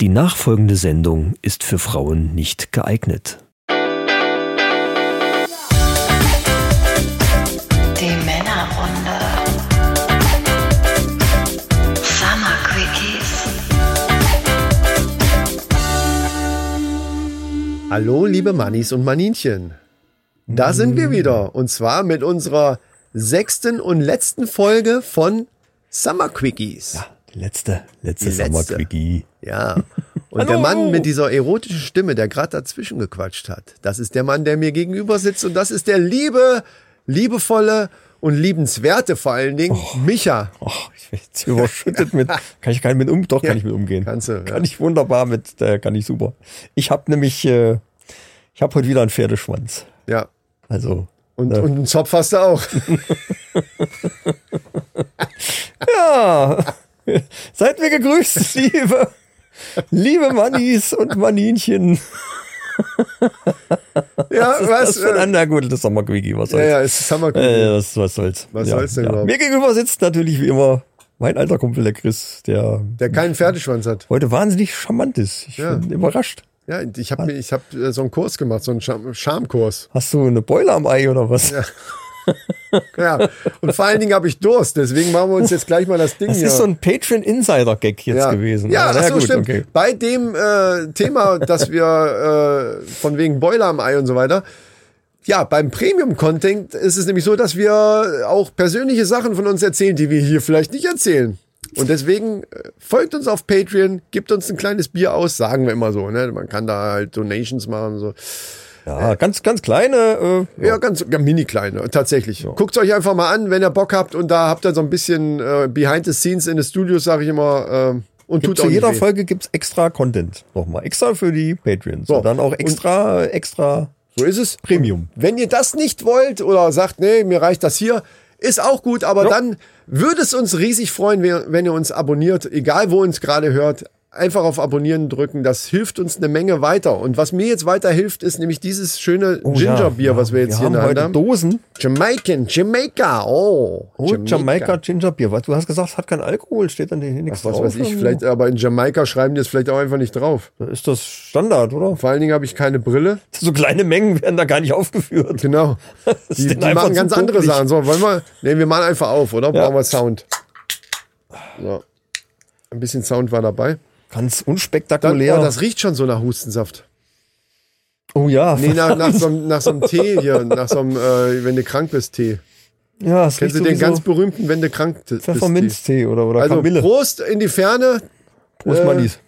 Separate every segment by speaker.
Speaker 1: Die nachfolgende Sendung ist für Frauen nicht geeignet.
Speaker 2: Die Männerrunde. Summer Quickies.
Speaker 3: Hallo, liebe Mannis und Maninchen. Da sind wir wieder. Und zwar mit unserer sechsten und letzten Folge von Summer Quickies.
Speaker 1: Letzte, letzte,
Speaker 3: Die
Speaker 1: Summer
Speaker 3: letzte.
Speaker 1: Quickie.
Speaker 3: Ja. Und der Mann mit dieser erotischen Stimme, der gerade dazwischen gequatscht hat, das ist der Mann, der mir gegenüber sitzt. Und das ist der liebe, liebevolle und liebenswerte vor allen Dingen Micha.
Speaker 4: Oh, ich bin jetzt überschüttet mit. Kann ich keinen mit um? Doch, kann ich mit umgehen.
Speaker 3: kannst du, ja.
Speaker 4: Kann ich wunderbar mit, äh, kann ich super. Ich habe nämlich, äh, ich habe heute wieder einen Pferdeschwanz.
Speaker 3: Ja.
Speaker 4: Also.
Speaker 3: Und,
Speaker 4: ne?
Speaker 3: und einen Zopf hast du auch.
Speaker 4: ja. Seid mir gegrüßt, liebe, liebe Mannis und Maninchen.
Speaker 3: Ja,
Speaker 4: Was
Speaker 3: was?
Speaker 4: für
Speaker 3: äh,
Speaker 4: ein, na gut, das ist doch mal Quickie, was
Speaker 3: Ja,
Speaker 4: soll's.
Speaker 3: ja, es ist Summer Quickie.
Speaker 4: Äh, was, was soll's.
Speaker 3: Was
Speaker 4: ja,
Speaker 3: soll's denn
Speaker 4: ja.
Speaker 3: überhaupt?
Speaker 4: Mir gegenüber sitzt natürlich wie immer mein alter Kumpel, der Chris, der
Speaker 3: Der keinen Pferdeschwanz hat.
Speaker 4: heute wahnsinnig charmant ist. Ich
Speaker 3: Ja.
Speaker 4: bin überrascht.
Speaker 3: Ja, ich habe ich hab äh, so einen Kurs gemacht, so einen Scham Schamkurs.
Speaker 4: Hast du eine Beule am Ei oder was?
Speaker 3: Ja, und vor allen Dingen habe ich Durst, deswegen machen wir uns jetzt gleich mal das Ding
Speaker 4: Das
Speaker 3: hier.
Speaker 4: ist so ein Patreon-Insider-Gag jetzt
Speaker 3: ja.
Speaker 4: gewesen.
Speaker 3: Ja,
Speaker 4: Aber
Speaker 3: ach
Speaker 4: naja,
Speaker 3: so, stimmt.
Speaker 4: okay.
Speaker 3: Bei dem äh, Thema, dass wir äh, von wegen Boiler am Ei und so weiter. Ja, beim Premium-Content ist es nämlich so, dass wir auch persönliche Sachen von uns erzählen, die wir hier vielleicht nicht erzählen. Und deswegen äh, folgt uns auf Patreon, gibt uns ein kleines Bier aus, sagen wir immer so. Ne? Man kann da halt Donations machen und so.
Speaker 4: Ja, ganz, ganz kleine. Äh,
Speaker 3: Ja, ganz ja, mini kleine, tatsächlich. Guckt's euch einfach mal an, wenn ihr Bock habt und da habt ihr so ein bisschen äh, behind the scenes in the studios, sag ich immer, ähm, und
Speaker 4: Gibt
Speaker 3: tut auch
Speaker 4: zu jeder
Speaker 3: nicht weh.
Speaker 4: Folge gibt's extra Content. Nochmal. Extra für die Patreons.
Speaker 3: So.
Speaker 4: Und dann auch extra, extra
Speaker 3: So ist es.
Speaker 4: Premium.
Speaker 3: Wenn ihr das nicht wollt oder sagt, nee, mir reicht das hier, ist auch gut, aber dann würde es uns riesig freuen, wenn wenn ihr uns abonniert, egal wo ihr uns gerade hört. Einfach auf Abonnieren drücken, das hilft uns eine Menge weiter. Und was mir jetzt weiterhilft, ist nämlich dieses schöne Gingerbier, was wir jetzt
Speaker 4: Oh wir
Speaker 3: hier in
Speaker 4: haben
Speaker 3: der Hand
Speaker 4: heute
Speaker 3: haben.
Speaker 4: Dosen.
Speaker 3: Jamaican, Jamaica, oh.
Speaker 4: Oh, Jamaika, Ginger Beer. Was, du hast gesagt, es hat kein Alkohol. Steht dann hier nichts
Speaker 3: Was
Speaker 4: drauf.
Speaker 3: weiß ich,
Speaker 4: Also,
Speaker 3: vielleicht, aber in Jamaika schreiben die es vielleicht auch einfach nicht drauf.
Speaker 4: da Ist das Standard, oder?
Speaker 3: Vor allen Dingen habe ich keine Brille.
Speaker 4: So kleine Mengen werden da gar nicht aufgeführt.
Speaker 3: Genau.
Speaker 4: Das
Speaker 3: Die,
Speaker 4: ist
Speaker 3: die
Speaker 4: denen einfach
Speaker 3: machen
Speaker 4: zu
Speaker 3: ganz andere
Speaker 4: popelig.
Speaker 3: Sachen. So, wollen wir, nee, wir machen einfach auf, oder?
Speaker 4: Ja.
Speaker 3: Brauchen wir Sound. So. Ein bisschen Sound war dabei.
Speaker 4: Ganz
Speaker 3: Dann,
Speaker 4: unspektakulär.
Speaker 3: oh, das riecht schon so nach Hustensaft.
Speaker 4: oh ja.
Speaker 3: Nee, nach, nach, so, einem- nach so einem Tee hier, nach so einem, äh, wenn du krank bist, Tee.
Speaker 4: ja, es
Speaker 3: Kennst du
Speaker 4: riecht
Speaker 3: den
Speaker 4: sowieso
Speaker 3: ganz berühmten, wenn du krank bist? Tee?
Speaker 4: Pfefferminztee oder, oder
Speaker 3: Also
Speaker 4: Kamille.
Speaker 3: Prost in die Ferne.
Speaker 4: Prost,
Speaker 3: äh,
Speaker 4: Mannis.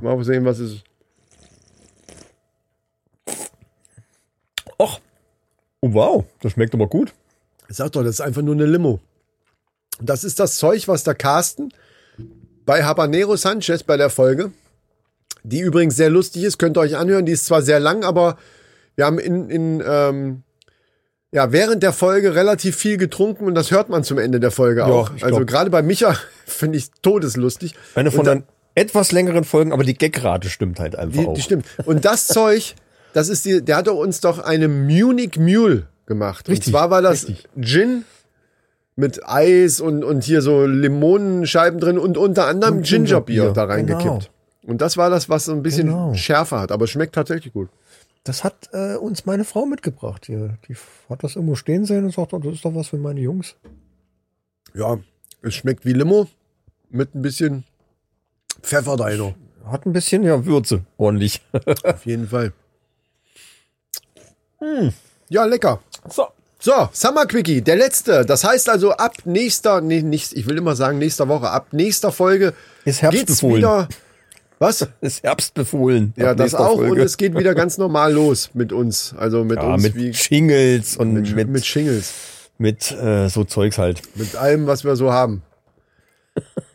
Speaker 3: Mal sehen, was ist.
Speaker 4: Och. Oh, wow, das schmeckt aber gut.
Speaker 3: Sag doch, das ist einfach nur eine Limo. Und Das ist das Zeug, was der Carsten bei Habanero Sanchez bei der Folge, die übrigens sehr lustig ist, könnt ihr euch anhören. Die ist zwar sehr lang, aber wir haben in, in ähm, ja, während der Folge relativ viel getrunken und das hört man zum Ende der Folge auch.
Speaker 4: ich
Speaker 3: Also
Speaker 4: glaub.
Speaker 3: gerade bei Micha finde ich todeslustig.
Speaker 4: Eine von
Speaker 3: Und da-
Speaker 4: den etwas längeren Folgen, aber die Gagrate stimmt halt einfach
Speaker 3: die,
Speaker 4: auch.
Speaker 3: die stimmt. Und das Zeug, das ist die, der hat doch uns doch eine Munich Mule gemacht.
Speaker 4: Richtig,
Speaker 3: Und zwar war das Gin mit Eis und, und hier so Limonenscheiben drin und unter anderem
Speaker 4: Und
Speaker 3: Gingerbier
Speaker 4: Gingerbier,
Speaker 3: da reingekippt.
Speaker 4: genau.
Speaker 3: Und das war das, was so ein bisschen
Speaker 4: Genau.
Speaker 3: schärfer hat, aber schmeckt tatsächlich gut.
Speaker 4: Das hat äh, uns meine Frau mitgebracht. Die, die hat das irgendwo stehen sehen und sagt, oh, das ist doch was für meine Jungs.
Speaker 3: Ja, es schmeckt wie Limo mit ein bisschen Pfeffer da noch.
Speaker 4: Hat ein bisschen, ja, Würze. Ordentlich.
Speaker 3: Auf jeden Fall.
Speaker 4: Hm.
Speaker 3: Ja, lecker.
Speaker 4: so.
Speaker 3: So, Summer Quickie, der letzte. Das heißt also ab nächster, nee, nicht, ich will immer sagen nächster Woche, ab nächster Folge
Speaker 4: Ist Herbst
Speaker 3: geht's
Speaker 4: befohlen.
Speaker 3: wieder. Was?
Speaker 4: Ist Herbst befohlen.
Speaker 3: Ja,
Speaker 4: Ab
Speaker 3: das
Speaker 4: nächster
Speaker 3: auch. Und
Speaker 4: Folge.
Speaker 3: es geht wieder ganz normal los mit uns. Also mit
Speaker 4: ja,
Speaker 3: uns
Speaker 4: mit
Speaker 3: wie
Speaker 4: Shingles und mit,
Speaker 3: mit,
Speaker 4: mit,
Speaker 3: mit Shingles.
Speaker 4: äh, so Zeugs halt.
Speaker 3: Mit allem, was wir so haben.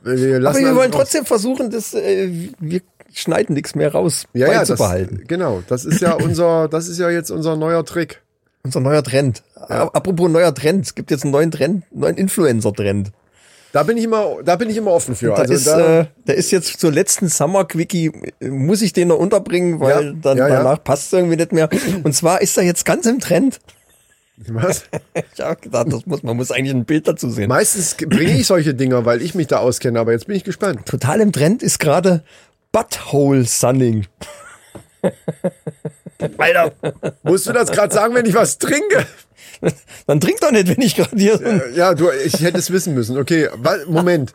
Speaker 3: Wir
Speaker 4: Aber
Speaker 3: lassen
Speaker 4: wir
Speaker 3: alles
Speaker 4: wollen
Speaker 3: raus.
Speaker 4: trotzdem versuchen, dass äh, wir schneiden nichts mehr raus
Speaker 3: ja, ja, das,
Speaker 4: beizubehalten.
Speaker 3: Genau, das ist ja unser, das ist ja jetzt unser neuer Trick.
Speaker 4: Unser neuer Trend. A- Apropos neuer Trend. Es gibt jetzt einen neuen Trend, einen neuen Influencer-Trend.
Speaker 3: Da bin ich immer, da bin ich immer offen für.
Speaker 4: Da
Speaker 3: also
Speaker 4: ist,
Speaker 3: da,
Speaker 4: äh, der ist jetzt zur letzten Summer Quickie, äh, muss ich den noch unterbringen, weil
Speaker 3: Ja,
Speaker 4: dann
Speaker 3: ja, ja.
Speaker 4: danach passt es irgendwie nicht mehr. Und zwar ist er jetzt ganz im Trend.
Speaker 3: was?
Speaker 4: Ich habe gedacht, das muss, man muss eigentlich ein Bild dazu sehen.
Speaker 3: Meistens bringe ich solche Dinger, weil ich mich da auskenne, aber jetzt bin ich gespannt.
Speaker 4: Total im Trend ist gerade Butthole Sunning.
Speaker 3: Alter, musst du das gerade sagen, wenn ich was trinke?
Speaker 4: Dann trink doch nicht, wenn ich gerade hier so ein
Speaker 3: Ja, du, ich hätte es wissen müssen. Okay, wa- Moment.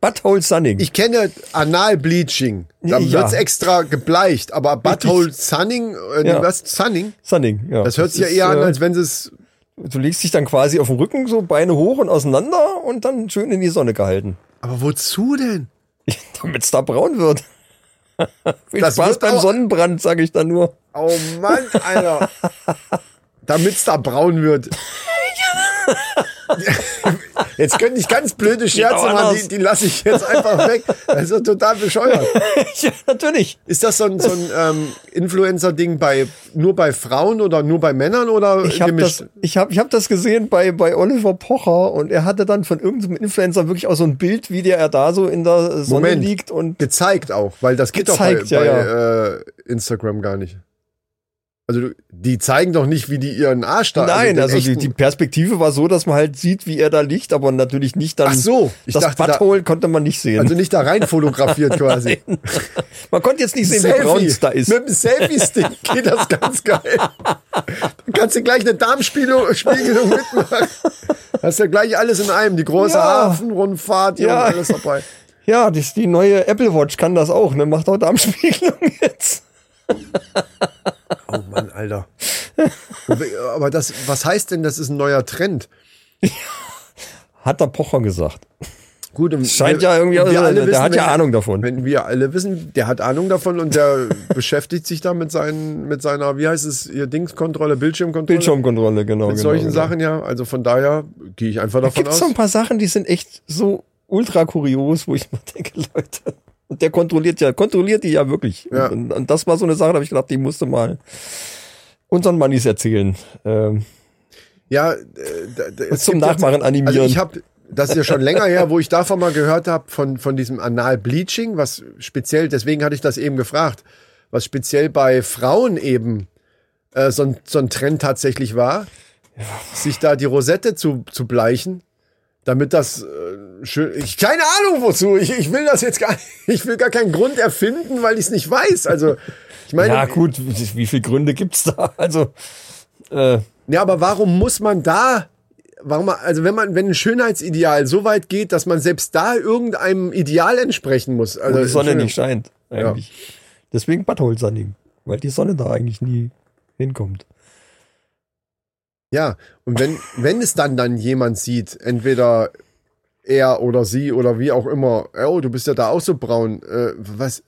Speaker 4: Butthole Sunning.
Speaker 3: Ich kenne Anal-Bleaching. Da
Speaker 4: Ja.
Speaker 3: wird's extra gebleicht, aber Butthole Sunning, äh,
Speaker 4: Ja.
Speaker 3: was? Sunning?
Speaker 4: Sunning, ja.
Speaker 3: Das hört sich ja
Speaker 4: ist,
Speaker 3: eher an,
Speaker 4: äh,
Speaker 3: als wenn sie es.
Speaker 4: Du legst dich dann quasi auf den Rücken, so Beine hoch und auseinander und dann schön in die Sonne gehalten.
Speaker 3: Aber wozu denn?
Speaker 4: Damit es da braun wird. Viel
Speaker 3: Das
Speaker 4: Spaß
Speaker 3: wird
Speaker 4: beim
Speaker 3: auch-
Speaker 4: Sonnenbrand, sage ich dann nur.
Speaker 3: Oh Mann, Alter. Damit's da braun wird. Jetzt könnte ich ganz blöde Scherze
Speaker 4: Genau
Speaker 3: machen,
Speaker 4: anders.
Speaker 3: die, die lasse ich jetzt einfach weg. Das ist ja total bescheuert.
Speaker 4: ja, natürlich.
Speaker 3: Ist das so ein, so ein ähm, Influencer-Ding bei nur bei Frauen oder nur bei Männern oder
Speaker 4: Ich habe das, ich hab, ich hab das gesehen bei, bei Oliver Pocher und er hatte dann von irgendeinem Influencer wirklich auch so ein Bild, wie der er da so in der Sonne
Speaker 3: Moment.
Speaker 4: liegt und
Speaker 3: Gezeigt auch, weil das geht
Speaker 4: Gezeigt,
Speaker 3: doch bei,
Speaker 4: ja,
Speaker 3: bei Äh, Instagram gar nicht. Also du- die zeigen doch nicht, wie die ihren Arsch da.
Speaker 4: Nein,
Speaker 3: den
Speaker 4: also die,
Speaker 3: echten-
Speaker 4: die Perspektive war so, dass man halt sieht, wie er da liegt, aber natürlich nicht dann.
Speaker 3: Ach so, ich
Speaker 4: ich das
Speaker 3: dachte da-
Speaker 4: Butthole konnte man nicht sehen.
Speaker 3: also nicht da rein fotografiert quasi.
Speaker 4: man konnte jetzt nicht sehen, wie braun es da ist.
Speaker 3: Mit dem Selfie-Stick geht das ganz geil. Dann kannst du gleich eine Darmspiegelung Spiegelung mitmachen. Hast ja gleich alles in einem. Die große
Speaker 4: Ja.
Speaker 3: Hafenrundfahrt hier und
Speaker 4: Ja.
Speaker 3: alles dabei.
Speaker 4: Ja, das, die neue Apple Watch kann das auch, ne? Macht auch Darmspiegelung jetzt.
Speaker 3: Oh Mann, Alter. Aber das, was heißt denn, das ist ein neuer Trend?
Speaker 4: Hat der Pocher gesagt.
Speaker 3: Gut, und
Speaker 4: Scheint ja irgendwie- also, der hat ja
Speaker 3: wenn-
Speaker 4: Ahnung davon.
Speaker 3: Wenn wir alle wissen, der hat Ahnung davon und der beschäftigt sich da mit, seinen, mit seiner, wie heißt es, ihr Dingskontrolle, Bildschirmkontrolle.
Speaker 4: Bildschirmkontrolle, genau.
Speaker 3: Mit
Speaker 4: genau,
Speaker 3: solchen
Speaker 4: genau.
Speaker 3: Sachen, ja. Also von daher gehe ich einfach davon
Speaker 4: Gibt
Speaker 3: aus.
Speaker 4: so ein paar Sachen, die sind echt so ultra kurios, wo ich mir denke, Leute. Und der kontrolliert ja, kontrolliert die ja wirklich.
Speaker 3: Ja.
Speaker 4: Und, und das war so eine Sache, da habe ich gedacht, die musste mal unseren Mannis erzählen. Ähm,
Speaker 3: Ja, äh, da- da- es
Speaker 4: zum
Speaker 3: gibt
Speaker 4: Nachmachen animieren.
Speaker 3: Also ich habe, das ist ja schon länger her, wo ich davon mal gehört habe, von, von diesem Anal-Bleaching, was speziell, deswegen hatte ich das eben gefragt, was speziell bei Frauen eben äh, so, ein, so ein Trend tatsächlich war, sich da die Rosette zu, zu bleichen. Damit das äh, schön. Ich keine Ahnung wozu. Ich, ich will das jetzt gar nicht. Ich will gar keinen Grund erfinden, weil ich es nicht weiß. Also ich meine,
Speaker 4: ja, gut, wie wie viele Gründe gibt's da? Also, äh,
Speaker 3: Ja, aber warum muss man da, warum, also wenn man, wenn ein Schönheitsideal so weit geht, dass man selbst da irgendeinem Ideal entsprechen muss.
Speaker 4: wo
Speaker 3: Also,
Speaker 4: die Sonne
Speaker 3: Entschuldigung.
Speaker 4: nicht scheint. Eigentlich. Deswegen Butthole Sunning, weil die Sonne da eigentlich nie hinkommt.
Speaker 3: Ja, und wenn, wenn es dann dann jemand sieht, entweder er oder sie oder wie auch immer, oh, du bist ja da auch so braun, äh, was?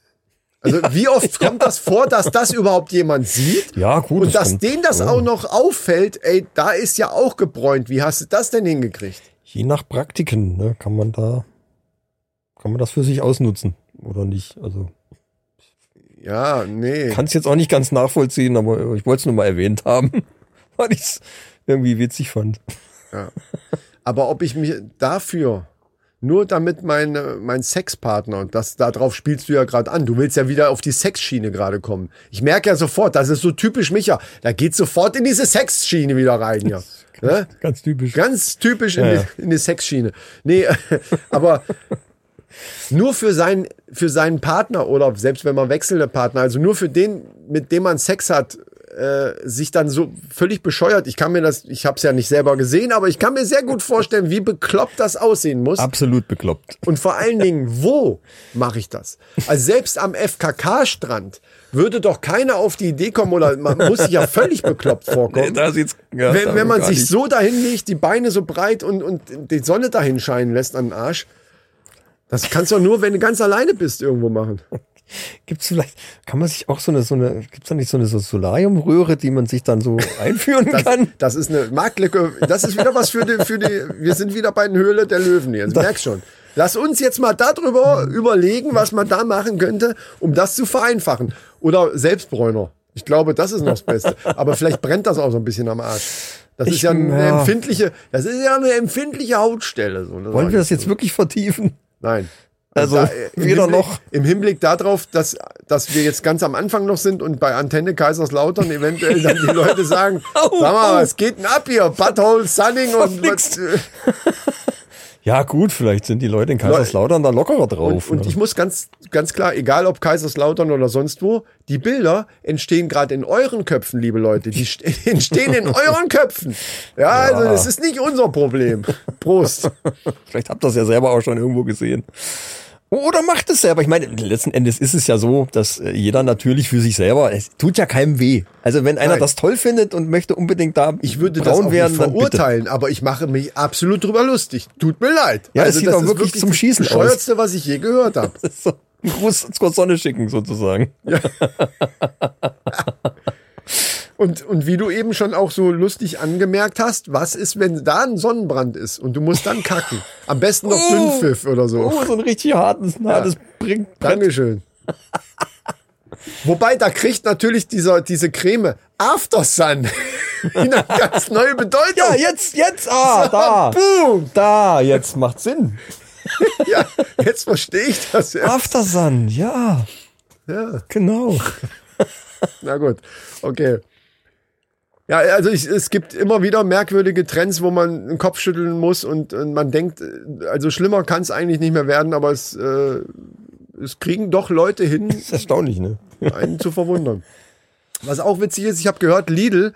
Speaker 3: Also wie oft kommt das vor, dass das überhaupt jemand sieht?
Speaker 4: Ja, gut.
Speaker 3: Und dass
Speaker 4: kommt-
Speaker 3: denen das
Speaker 4: ja.
Speaker 3: auch noch auffällt, ey, da ist ja auch gebräunt. Wie hast du das denn hingekriegt?
Speaker 4: Je nach Praktiken ne, kann man da, kann man das für sich ausnutzen oder nicht. Also
Speaker 3: Ja, nee.
Speaker 4: kann es jetzt auch nicht ganz nachvollziehen, aber ich wollte es nur mal erwähnt haben, weil ich es irgendwie witzig fand.
Speaker 3: Aber ob ich mich dafür, nur damit meine, mein Sexpartner, und das darauf spielst du ja gerade an, du willst ja wieder auf die Sexschiene gerade kommen. Ich merke ja sofort, das ist so typisch Micha. Da geht sofort in diese Sexschiene wieder rein, ja. Ne?
Speaker 4: Ganz typisch.
Speaker 3: Ganz typisch in,
Speaker 4: Ja, ja.
Speaker 3: Die, in die Sexschiene. Nee, aber nur für seinen, für seinen Partner oder selbst wenn man wechselnde Partner, also nur für den, mit dem man Sex hat, äh, sich dann so völlig bescheuert. Ich kann mir das, ich habe es ja nicht selber gesehen, aber ich kann mir sehr gut vorstellen, wie bekloppt das aussehen muss.
Speaker 4: Absolut bekloppt.
Speaker 3: Und vor allen Dingen, wo mache ich das? Also selbst am FKK-Strand würde doch keiner auf die Idee kommen oder man muss sich ja völlig bekloppt vorkommen.
Speaker 4: sieht's,
Speaker 3: Wenn, wenn man sich so dahin legt, die Beine so breit und, und die Sonne dahin scheinen lässt an den Arsch, das kannst du doch nur, wenn du ganz alleine bist, irgendwo machen.
Speaker 4: Gibt's vielleicht, kann man sich auch so eine, so eine, gibt's da nicht so eine so Solariumröhre, die man sich dann so einführen
Speaker 3: Das,
Speaker 4: kann?
Speaker 3: das ist eine Marktlücke. Das ist wieder was für die, für die. Wir sind wieder bei den Höhle der Löwen jetzt. Merkst schon. Lass uns jetzt mal darüber überlegen, was man da machen könnte, um das zu vereinfachen. Oder Selbstbräuner. Ich glaube, das ist noch das Beste. Aber vielleicht brennt das auch so ein bisschen am Arsch. Das
Speaker 4: Ich-
Speaker 3: ist ja eine
Speaker 4: ja.
Speaker 3: empfindliche, das ist ja eine empfindliche Hautstelle. So, ne,
Speaker 4: Wollen
Speaker 3: sag
Speaker 4: wir
Speaker 3: ich
Speaker 4: das jetzt wirklich vertiefen?
Speaker 3: Nein.
Speaker 4: Also,
Speaker 3: im
Speaker 4: weder
Speaker 3: Hinblick,
Speaker 4: noch.
Speaker 3: Im Hinblick darauf, dass, dass wir jetzt ganz am Anfang noch sind und bei Antenne Kaiserslautern eventuell dann die Leute sagen, sag mal, was äh, geht denn ab hier? Butthole, Sunning und was,
Speaker 4: Verflixt. Ja, gut, vielleicht sind die Leute in Kaiserslautern da lockerer
Speaker 3: Und,
Speaker 4: drauf.
Speaker 3: und
Speaker 4: ne?
Speaker 3: ich muss ganz, ganz klar, egal ob Kaiserslautern oder sonst wo, die Bilder entstehen gerade in euren Köpfen, liebe Leute. Die st- entstehen in euren Köpfen. Ja, also das ist nicht unser Problem. Prost.
Speaker 4: Vielleicht habt ihr das ja selber auch schon irgendwo gesehen. Oder macht es selber. Ich meine, letzten Endes ist es ja so, dass äh, jeder natürlich für sich selber, es tut ja keinem weh. Also wenn einer
Speaker 3: Nein.
Speaker 4: das toll findet und möchte unbedingt da
Speaker 3: Ich würde das
Speaker 4: braun
Speaker 3: auch
Speaker 4: werden,
Speaker 3: nicht
Speaker 4: dann bitte.
Speaker 3: verurteilen, aber ich mache mich absolut drüber lustig. Tut mir leid. Also
Speaker 4: Ja, es sieht auch wirklich zum Schießen aus.
Speaker 3: das Scheuerste, was ich je gehört habe.
Speaker 4: Das ist so ein Gruß ins Sonne schicken sozusagen.
Speaker 3: Und, und wie du eben schon auch so lustig angemerkt hast, was ist, wenn da ein Sonnenbrand ist und du musst dann kacken? Am besten noch Dünnpfiff oder so.
Speaker 4: Oh, so ein richtig hartes, ein hartes Brink.
Speaker 3: Dankeschön. Wobei, da kriegt natürlich dieser, diese Creme After Sun eine ganz neue Bedeutung.
Speaker 4: Ja, jetzt, jetzt, ah, da.
Speaker 3: Boom.
Speaker 4: Da, jetzt macht Sinn.
Speaker 3: Ja, jetzt verstehe ich das. Ja.
Speaker 4: Aftersun, ja.
Speaker 3: Ja.
Speaker 4: Genau.
Speaker 3: Na gut, okay. Ja, also ich, es gibt immer wieder merkwürdige Trends, wo man den Kopf schütteln muss und, und man denkt, äh, also schlimmer kann es eigentlich nicht mehr werden, aber es, äh, es kriegen doch Leute hin,
Speaker 4: Ist erstaunlich, ne?
Speaker 3: einen zu verwundern. Was auch witzig ist, ich habe gehört, Lidl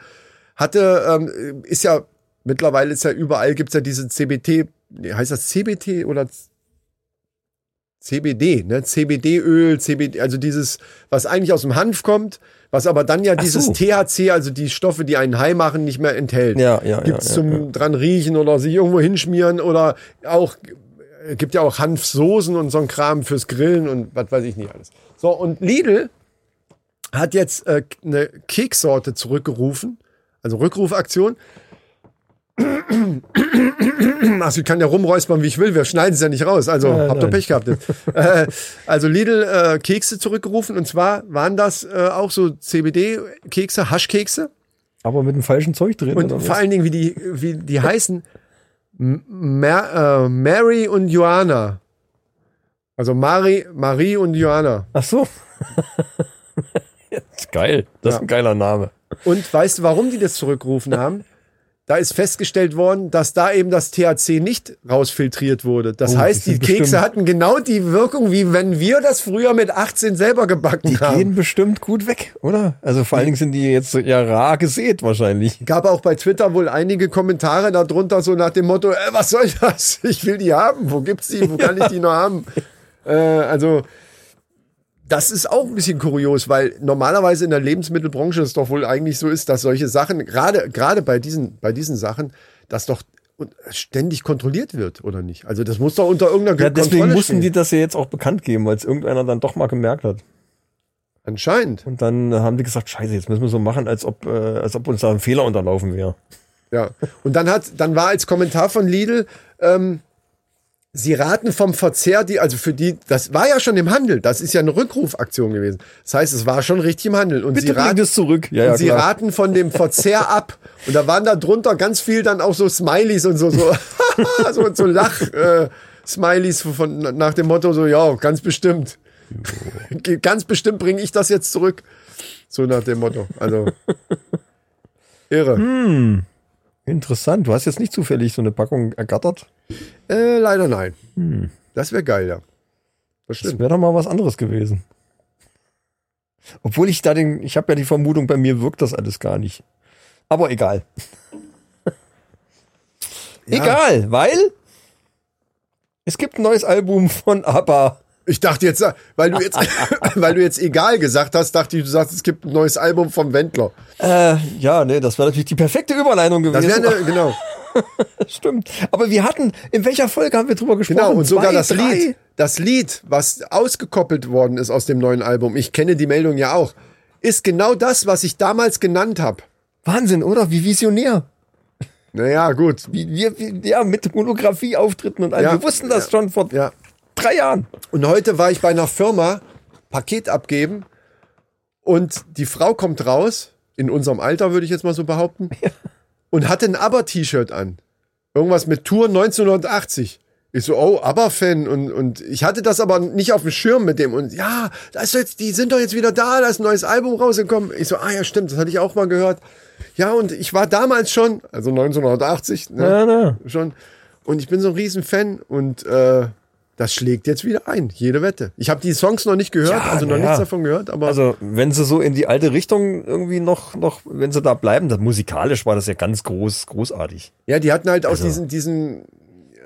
Speaker 3: hatte, ähm, ist ja, mittlerweile ist ja überall, gibt's ja diese CBT, nee, heißt das CBT oder Z- CBD, ne? CBD-Öl, CBD, also dieses, was eigentlich aus dem Hanf kommt, was aber dann ja dieses
Speaker 4: so.
Speaker 3: THC, also die Stoffe, die einen high machen, nicht mehr enthält.
Speaker 4: Ja, ja, ja,
Speaker 3: Gibt's
Speaker 4: ja,
Speaker 3: zum dran riechen oder sich irgendwo hinschmieren oder auch es gibt ja auch Hanfsoßen und so ein Kram fürs Grillen und was weiß ich nicht alles. So, und Lidl hat jetzt äh, eine Keksorte zurückgerufen, also Rückrufaktion. Also ich kann ja rumräuspern, wie ich will, wir schneiden es ja nicht raus, also habt ihr Pech gehabt. jetzt. äh, also Lidl äh, Kekse zurückgerufen und zwar waren das äh, auch so CBD-Kekse, Haschkekse
Speaker 4: Aber mit dem falschen Zeug drin.
Speaker 3: und
Speaker 4: oder was?
Speaker 3: vor allen Dingen, wie die, wie die heißen, M- Mer, äh, Mary und Joanna. Also Mari, Marie und Joanna.
Speaker 4: Ach so. Jetzt, geil. Das ist ein geiler Name.
Speaker 3: Und weißt du, warum die das zurückgerufen haben? Da ist festgestellt worden, dass da eben das THC nicht rausfiltriert wurde. Das
Speaker 4: Oh,
Speaker 3: heißt,
Speaker 4: die
Speaker 3: die
Speaker 4: sind
Speaker 3: Kekse
Speaker 4: bestimmt-
Speaker 3: hatten genau die Wirkung, wie wenn wir das früher mit 18 selber gebacken
Speaker 4: Die
Speaker 3: haben.
Speaker 4: gehen bestimmt gut weg, oder? Also vor allen Dingen sind die jetzt ja rar gesät wahrscheinlich.
Speaker 3: Gab auch bei Twitter wohl einige Kommentare darunter, so nach dem Motto, äh, was soll das? Ich will die haben. Wo gibt's die? Wo kann ich die noch haben? Äh, also, das ist auch ein bisschen kurios, weil normalerweise in der Lebensmittelbranche es doch wohl eigentlich so ist, dass solche Sachen, gerade, gerade bei diesen, bei diesen Sachen, dass doch un- ständig kontrolliert wird, oder nicht? Also, das muss doch unter irgendeiner
Speaker 4: Ja, deswegen
Speaker 3: Kontrolle
Speaker 4: mussten die
Speaker 3: stehen.
Speaker 4: das ja jetzt auch bekannt geben, weil es irgendeiner dann doch mal gemerkt hat.
Speaker 3: Anscheinend.
Speaker 4: Und dann haben die gesagt, scheiße, jetzt müssen wir so machen, als ob, äh, als ob uns da ein Fehler unterlaufen wäre.
Speaker 3: Ja. Und dann hat, dann war als Kommentar von Lidl, ähm, Sie raten vom Verzehr, die, also für die, das war ja schon im Handel, das ist ja eine Rückrufaktion gewesen. Das heißt, es war schon richtig im Handel. Und Sie, raten,
Speaker 4: zurück. Ja,
Speaker 3: und
Speaker 4: ja,
Speaker 3: sie
Speaker 4: klar.
Speaker 3: raten von dem Verzehr ab. Und da waren da drunter ganz viel dann auch so Smileys und so, so, so, so Lach, äh, Smileys von, nach dem Motto so, ja, ganz bestimmt. ganz bestimmt bringe ich das jetzt zurück. So nach dem Motto. Also, irre.
Speaker 4: Interessant. Du hast jetzt nicht zufällig so eine Packung ergattert.
Speaker 3: Äh, leider nein.
Speaker 4: Hm.
Speaker 3: Das wäre geil, ja. Das
Speaker 4: Das
Speaker 3: stimmt.
Speaker 4: wäre doch mal was anderes gewesen. Obwohl ich da den, ich habe ja die Vermutung, bei mir wirkt das alles gar nicht. Aber egal. Egal, weil es gibt ein neues Album von ABBA.
Speaker 3: Ich dachte jetzt, weil du jetzt, weil du jetzt egal gesagt hast, dachte ich, du sagst, es gibt ein neues Album vom Wendler.
Speaker 4: Äh, ja, nee, das wäre natürlich die perfekte Überleitung
Speaker 3: Das
Speaker 4: gewesen.
Speaker 3: wäre eine, genau,
Speaker 4: Stimmt. Aber wir hatten, in welcher Folge haben wir drüber gesprochen?
Speaker 3: genau. Und sogar
Speaker 4: Zwei,
Speaker 3: das
Speaker 4: drei?
Speaker 3: Lied, das Lied, was ausgekoppelt worden ist aus dem neuen Album, ich kenne die Meldung ja auch, ist genau das, was ich damals genannt habe.
Speaker 4: Wahnsinn, oder? Wie visionär.
Speaker 3: Naja, gut.
Speaker 4: Wie, wir, wie, ja, mit Monografie-Auftritten und allem.
Speaker 3: Ja,
Speaker 4: wir wussten das schon vor
Speaker 3: Ja.
Speaker 4: drei Jahren.
Speaker 3: Und heute war ich bei einer Firma, Paket abgeben und die Frau kommt raus, in unserem Alter würde ich jetzt mal so behaupten, und hatte ein ABBA-T-Shirt an. Irgendwas mit Tour 1980. Ich so, oh, ABBA-Fan und, und ich hatte das aber nicht auf dem Schirm mit dem und ja, da ist doch jetzt, die sind doch jetzt wieder da, da ist ein neues Album rausgekommen. Ich so, ah ja, stimmt, das hatte ich auch mal gehört. Ja, und ich war damals schon, also 1980, ne,
Speaker 4: Ja, ja.
Speaker 3: schon Und ich bin so ein Riesenfan und äh, das schlägt jetzt wieder ein, jede Wette. Ich habe die Songs noch nicht gehört,
Speaker 4: Ja,
Speaker 3: also noch
Speaker 4: na
Speaker 3: nichts
Speaker 4: ja.
Speaker 3: davon gehört, aber
Speaker 4: Also, wenn sie so in die alte Richtung irgendwie noch, noch, wenn sie da bleiben, dann musikalisch war das ja ganz groß, großartig.
Speaker 3: ja, die hatten halt
Speaker 4: also
Speaker 3: auch diesen, diesen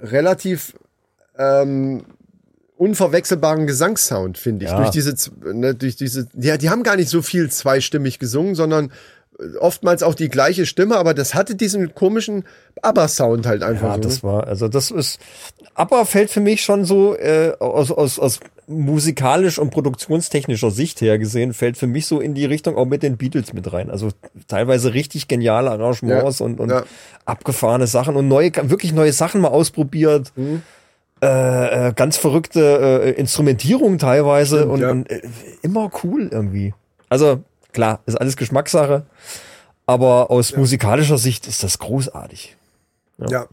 Speaker 3: relativ ähm, unverwechselbaren Gesangssound, finde ich.
Speaker 4: Ja.
Speaker 3: Durch diese, z- ne, durch diese, ja, die haben gar nicht so viel zweistimmig gesungen, sondern äh, oftmals auch die gleiche Stimme, aber das hatte diesen komischen ABBA-Sound halt einfach
Speaker 4: Ja,
Speaker 3: so. ne?
Speaker 4: das war, also das ist, aber fällt für mich schon so äh, aus, aus, aus musikalisch und produktionstechnischer Sicht her gesehen, fällt für mich so in die Richtung auch mit den Beatles mit rein. Also teilweise richtig geniale Arrangements
Speaker 3: Ja,
Speaker 4: und, und
Speaker 3: ja.
Speaker 4: abgefahrene Sachen und neue, wirklich neue Sachen mal ausprobiert.
Speaker 3: Mhm.
Speaker 4: Äh, äh, ganz verrückte äh, Instrumentierung teilweise und,
Speaker 3: ja.
Speaker 4: und äh, immer cool irgendwie. Also klar, ist alles Geschmackssache, aber aus musikalischer Sicht ist das großartig.
Speaker 3: Ja,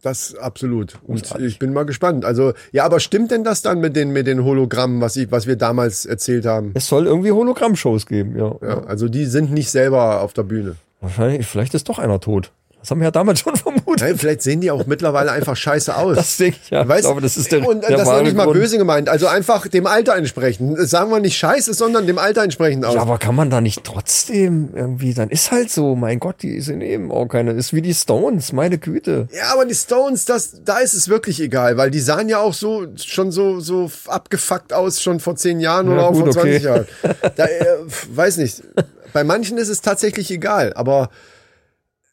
Speaker 3: das absolut. Und
Speaker 4: Großartig.
Speaker 3: ich bin mal gespannt. Also, ja, aber stimmt denn das dann mit den, mit den Hologrammen, was, ich, was wir damals erzählt haben?
Speaker 4: Es soll irgendwie Hologramm-Shows geben, ja.
Speaker 3: Ja, also die sind nicht selber auf der Bühne.
Speaker 4: Wahrscheinlich, vielleicht ist doch einer tot. Das haben wir ja damals schon vermutet.
Speaker 3: Nein, vielleicht sehen die auch mittlerweile einfach scheiße aus.
Speaker 4: Das denke ich, ja. Ich glaube, das ist der-
Speaker 3: Und äh,
Speaker 4: der
Speaker 3: das ist noch
Speaker 4: wahre
Speaker 3: nicht mal
Speaker 4: Grund.
Speaker 3: böse gemeint. Also einfach dem Alter entsprechend. Das Sagen wir nicht scheiße, sondern dem Alter entsprechend aus.
Speaker 4: Ja, aber kann man da nicht trotzdem irgendwie, dann ist halt so, mein Gott, die sind eben auch keine, ist wie die Stones, meine Güte.
Speaker 3: Ja, aber die Stones, das, da ist es wirklich egal, weil die sahen ja auch so schon so so abgefuckt aus, schon vor zehn Jahren oder auch
Speaker 4: gut,
Speaker 3: vor 20
Speaker 4: okay.
Speaker 3: Jahren. Da, äh, weiß nicht. Bei manchen ist es tatsächlich egal, aber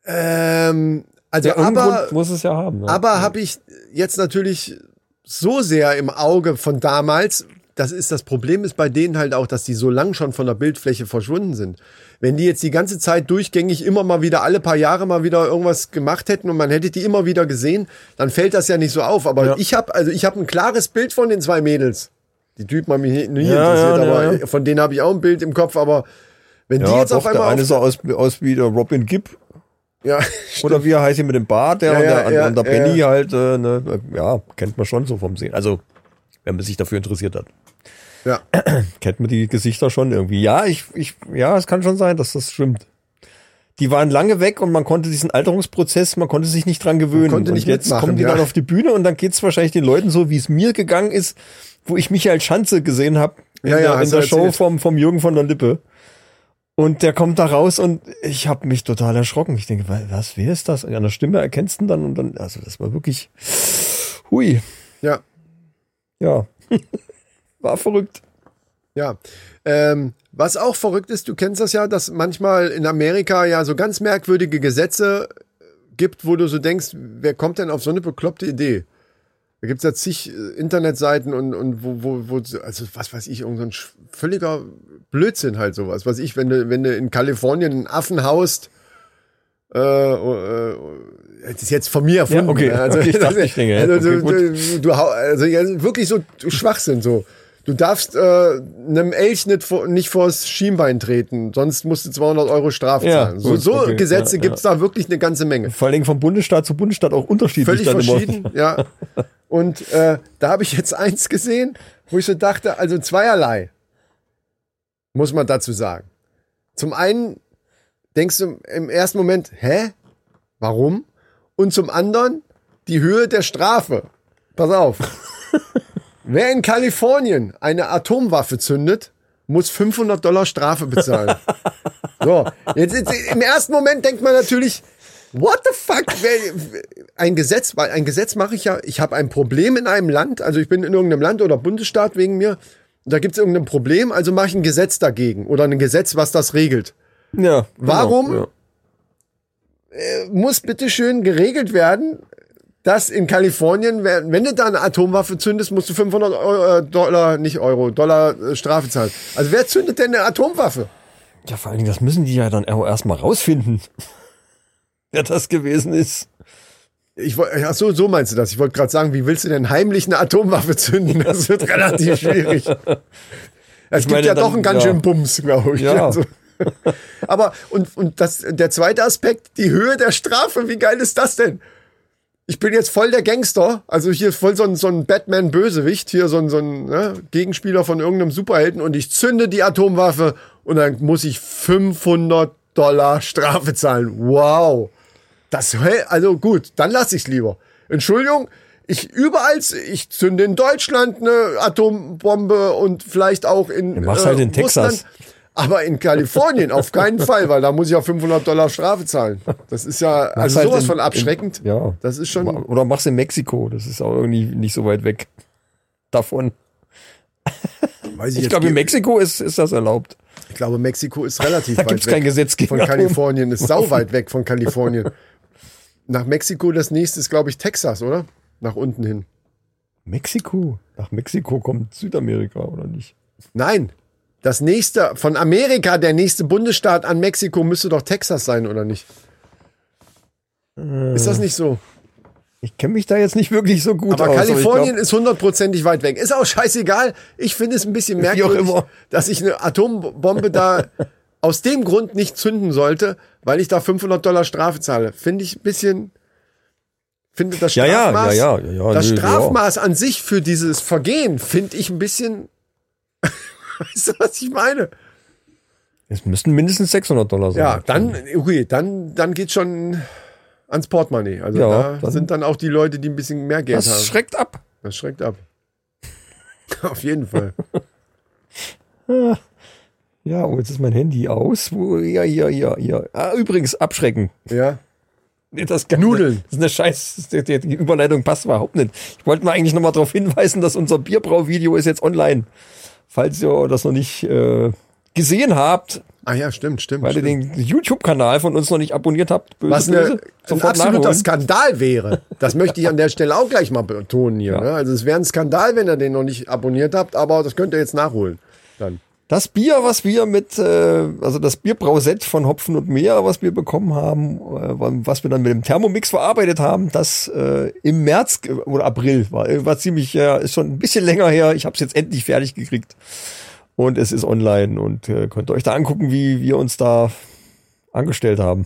Speaker 3: ähm, also
Speaker 4: Ja, irgendeinen
Speaker 3: aber
Speaker 4: Grund muss es ja haben. Ja.
Speaker 3: aber habe ich jetzt natürlich so sehr im Auge von damals. Das ist das Problem ist bei denen halt auch, dass die so lang schon von der Bildfläche verschwunden sind. Wenn die jetzt die ganze Zeit durchgängig immer mal wieder alle paar Jahre mal wieder irgendwas gemacht hätten und man hätte die immer wieder gesehen, dann fällt das ja nicht so auf. Aber ich habe also ich habe ein klares Bild von den zwei Mädels. Die Typen haben mich nie, nie
Speaker 4: Ja,
Speaker 3: interessiert,
Speaker 4: ja,
Speaker 3: aber
Speaker 4: ja,
Speaker 3: äh, von denen habe ich auch ein Bild im Kopf. Aber wenn die
Speaker 4: ja,
Speaker 3: jetzt
Speaker 4: doch,
Speaker 3: auf einmal
Speaker 4: der eine
Speaker 3: auf-
Speaker 4: sah aus, aus wie der Robin Gibb.
Speaker 3: ja,
Speaker 4: Oder wie er heißt hier mit dem Bart, der
Speaker 3: Ja,
Speaker 4: und
Speaker 3: ja,
Speaker 4: der, andere
Speaker 3: ja,
Speaker 4: und der
Speaker 3: ja.
Speaker 4: Benny halt, äh, ne, ja, kennt man schon so vom Sehen. Also, wenn man sich dafür interessiert hat.
Speaker 3: ja.
Speaker 4: kennt man die Gesichter schon irgendwie. Ja, ich, ich, ja, es kann schon sein, dass das stimmt. Die waren lange weg und man konnte diesen Alterungsprozess, man konnte sich nicht dran gewöhnen.
Speaker 3: konnte nicht
Speaker 4: und jetzt
Speaker 3: mitmachen,
Speaker 4: kommen die
Speaker 3: ja.
Speaker 4: dann auf die Bühne und dann geht's wahrscheinlich den Leuten so, wie es mir gegangen ist, wo ich Michael Schanze gesehen habe in
Speaker 3: Ja, ja,
Speaker 4: der, in
Speaker 3: hast
Speaker 4: der
Speaker 3: du
Speaker 4: Show
Speaker 3: erzählt.
Speaker 4: vom, vom Jürgen von der Lippe. Und der kommt da raus und ich habe mich total erschrocken. Ich denke, wa- was, wer ist das? Und an der Stimme erkennst du ihn dann und dann, also das war wirklich, hui,
Speaker 3: ja.
Speaker 4: ja, war verrückt.
Speaker 3: Ja. Ähm, was auch verrückt ist, du kennst das ja, dass manchmal in Amerika ja so ganz merkwürdige Gesetze äh, gibt, wo du so denkst, wer kommt denn auf so eine bekloppte Idee? Da gibt's ja zig äh, Internetseiten und, und wo, wo, wo, so- also was weiß ich, irgend so ein sch- völliger Blödsinn halt sowas. Was weiß ich, wenn du, wenn du in Kalifornien einen Affen haust, äh, äh, das ist jetzt von mir erfunden.
Speaker 4: Ja, okay.
Speaker 3: ne? Also,
Speaker 4: Okay, ich dachte, ich denke, ja,
Speaker 3: also,
Speaker 4: okay,
Speaker 3: du,
Speaker 4: gut.
Speaker 3: du, du, hau- also ja, wirklich so Schwachsinn so. Du darfst äh, einem Elch nicht, vor, nicht vors Schienbein treten, sonst musst du 200 Euro Strafe
Speaker 4: Ja,
Speaker 3: zahlen. so
Speaker 4: gut,
Speaker 3: so
Speaker 4: okay,
Speaker 3: Gesetze
Speaker 4: ja,
Speaker 3: gibt's da wirklich eine ganze Menge.
Speaker 4: Vor allen Dingen vom Bundesstaat zu Bundesstaat auch unterschiedlich.
Speaker 3: Völlig
Speaker 4: dann immer.
Speaker 3: verschieden, ja. Und äh, da habe ich jetzt eins gesehen, wo ich so dachte, also zweierlei, muss man dazu sagen. Zum einen denkst du im ersten Moment, hä? Warum? Und zum anderen die Höhe der Strafe. Pass auf. Wer in Kalifornien eine Atomwaffe zündet, muss 500 Dollar Strafe bezahlen. So, jetzt, jetzt im ersten Moment denkt man natürlich, what the fuck? Wer, ein Gesetz, weil ein Gesetz mache ich ja, ich habe ein Problem in einem Land, also ich bin in irgendeinem Land oder Bundesstaat wegen mir, da gibt es irgendein Problem, also mache ich ein Gesetz dagegen oder ein Gesetz, was das regelt.
Speaker 4: Ja.
Speaker 3: Warum?
Speaker 4: Genau,
Speaker 3: muss bitteschön geregelt werden, dass in Kalifornien, wer- wenn du da eine Atomwaffe zündest, musst du 500 Euro, äh, Dollar, nicht Euro, Dollar äh, Strafe zahlen. Also wer zündet denn eine Atomwaffe?
Speaker 4: ja. ja, vor allen Dingen, das müssen die ja dann auch erstmal rausfinden, wer das gewesen ist.
Speaker 3: Ich woll- ach so, so meinst du das. Ich wollte gerade sagen, wie willst du denn heimlich eine Atomwaffe zünden? Das wird relativ schwierig. Es gibt
Speaker 4: meine,
Speaker 3: ja
Speaker 4: dann-
Speaker 3: doch einen ganz
Speaker 4: ja.
Speaker 3: schönen Bums, glaube ich. Also
Speaker 4: Ja.
Speaker 3: aber, und, und das, der zweite Aspekt, die Höhe der Strafe, wie geil ist das denn? Ich bin jetzt voll der Gangster, also hier voll so ein, so ein Batman-Bösewicht, hier so ein, so ein ne, Gegenspieler von irgendeinem Superhelden und ich zünde die Atomwaffe und dann muss ich 500 Dollar Strafe zahlen. Wow. Das, hä? also gut, dann lasse ich es lieber. Entschuldigung, ich überall, ich zünde in Deutschland eine Atombombe und vielleicht auch in äh,
Speaker 4: Ja, mach's halt in Texas.
Speaker 3: aber in Kalifornien auf keinen Fall, weil da muss ich ja 500 Dollar Strafe zahlen. Das ist ja
Speaker 4: Mach's
Speaker 3: also
Speaker 4: halt
Speaker 3: sowas
Speaker 4: in-
Speaker 3: von
Speaker 4: in-
Speaker 3: abschreckend.
Speaker 4: ja.
Speaker 3: Das ist schon
Speaker 4: Oder mach's in Mexiko, das ist auch irgendwie nicht so weit weg davon.
Speaker 3: weiß
Speaker 4: Ich
Speaker 3: jetzt
Speaker 4: glaube, in
Speaker 3: nicht.
Speaker 4: Mexiko ist, ist das erlaubt.
Speaker 3: ich glaube Mexiko ist relativ
Speaker 4: Da
Speaker 3: weit
Speaker 4: gibt's
Speaker 3: weg.
Speaker 4: kein Gesetz gegen
Speaker 3: von Kalifornien ist sau weit weg von Kalifornien. Nach Mexiko das nächste ist glaube ich Texas, oder? Nach unten hin.
Speaker 4: Mexiko? Nach Mexiko kommt Südamerika, oder nicht?
Speaker 3: Nein. Das nächste von Amerika, der nächste Bundesstaat an Mexiko müsste doch Texas sein, oder nicht? Ist das nicht so?
Speaker 4: Ich kenne mich da jetzt nicht wirklich so gut
Speaker 3: Aber
Speaker 4: aus. ich
Speaker 3: Kalifornien
Speaker 4: glaub-
Speaker 3: ist hundertprozentig weit weg. Ist auch scheißegal. Ich finde es ein bisschen
Speaker 4: auch
Speaker 3: merkwürdig,
Speaker 4: immer.
Speaker 3: dass ich eine Atombombe da aus dem Grund nicht zünden sollte, weil ich da 500 Dollar Strafe zahle. Finde ich ein bisschen, finde das
Speaker 4: Ja, ja,
Speaker 3: Strafmaß,
Speaker 4: ja, ja, ja, ja,
Speaker 3: das
Speaker 4: nö, ja.
Speaker 3: Strafmaß an sich für dieses Vergehen finde ich ein bisschen, weißt du, was ich meine?
Speaker 4: es müssten mindestens 600 Dollar sein.
Speaker 3: Ja, dann, okay, dann, dann geht's schon ans Portemonnaie. Also
Speaker 4: Ja,
Speaker 3: da
Speaker 4: dann-
Speaker 3: sind dann auch die Leute, die ein bisschen mehr Geld haben.
Speaker 4: Das schreckt ab.
Speaker 3: Das schreckt ab. Auf jeden Fall.
Speaker 4: Ja, oh, jetzt ist mein Handy aus. Wo- Ja, ja, ja, ja. Ah, übrigens, abschrecken.
Speaker 3: Ja.
Speaker 4: Nee, das kann
Speaker 3: Nudeln.
Speaker 4: Das ist eine Scheiß. Die, die, die Überleitung passt überhaupt nicht. Ich wollte mal eigentlich nochmal darauf hinweisen, dass unser Bierbrau-Video ist jetzt online. Falls ihr das noch nicht äh, gesehen habt,
Speaker 3: Ah ja, stimmt, stimmt.
Speaker 4: weil ihr
Speaker 3: stimmt.
Speaker 4: den YouTube-Kanal von uns noch nicht abonniert habt, böse,
Speaker 3: Was eine, ein absoluter
Speaker 4: nachholen.
Speaker 3: Skandal wäre. Das möchte ich an der Stelle auch gleich mal betonen hier. Ne? Also es wäre ein Skandal, wenn ihr den noch nicht abonniert habt, aber das könnt ihr jetzt nachholen. Dann.
Speaker 4: Das Bier, was wir mit, äh, also das Bierbrauset von Hopfen und Meer, was wir bekommen haben, äh, was wir dann mit dem Thermomix verarbeitet haben, das äh, im März ge- oder April war, äh, war ziemlich, ja, ist schon ein bisschen länger her. Ich habe es jetzt endlich fertig gekriegt und es ist online und äh, könnt ihr euch da angucken, wie wir uns da angestellt haben.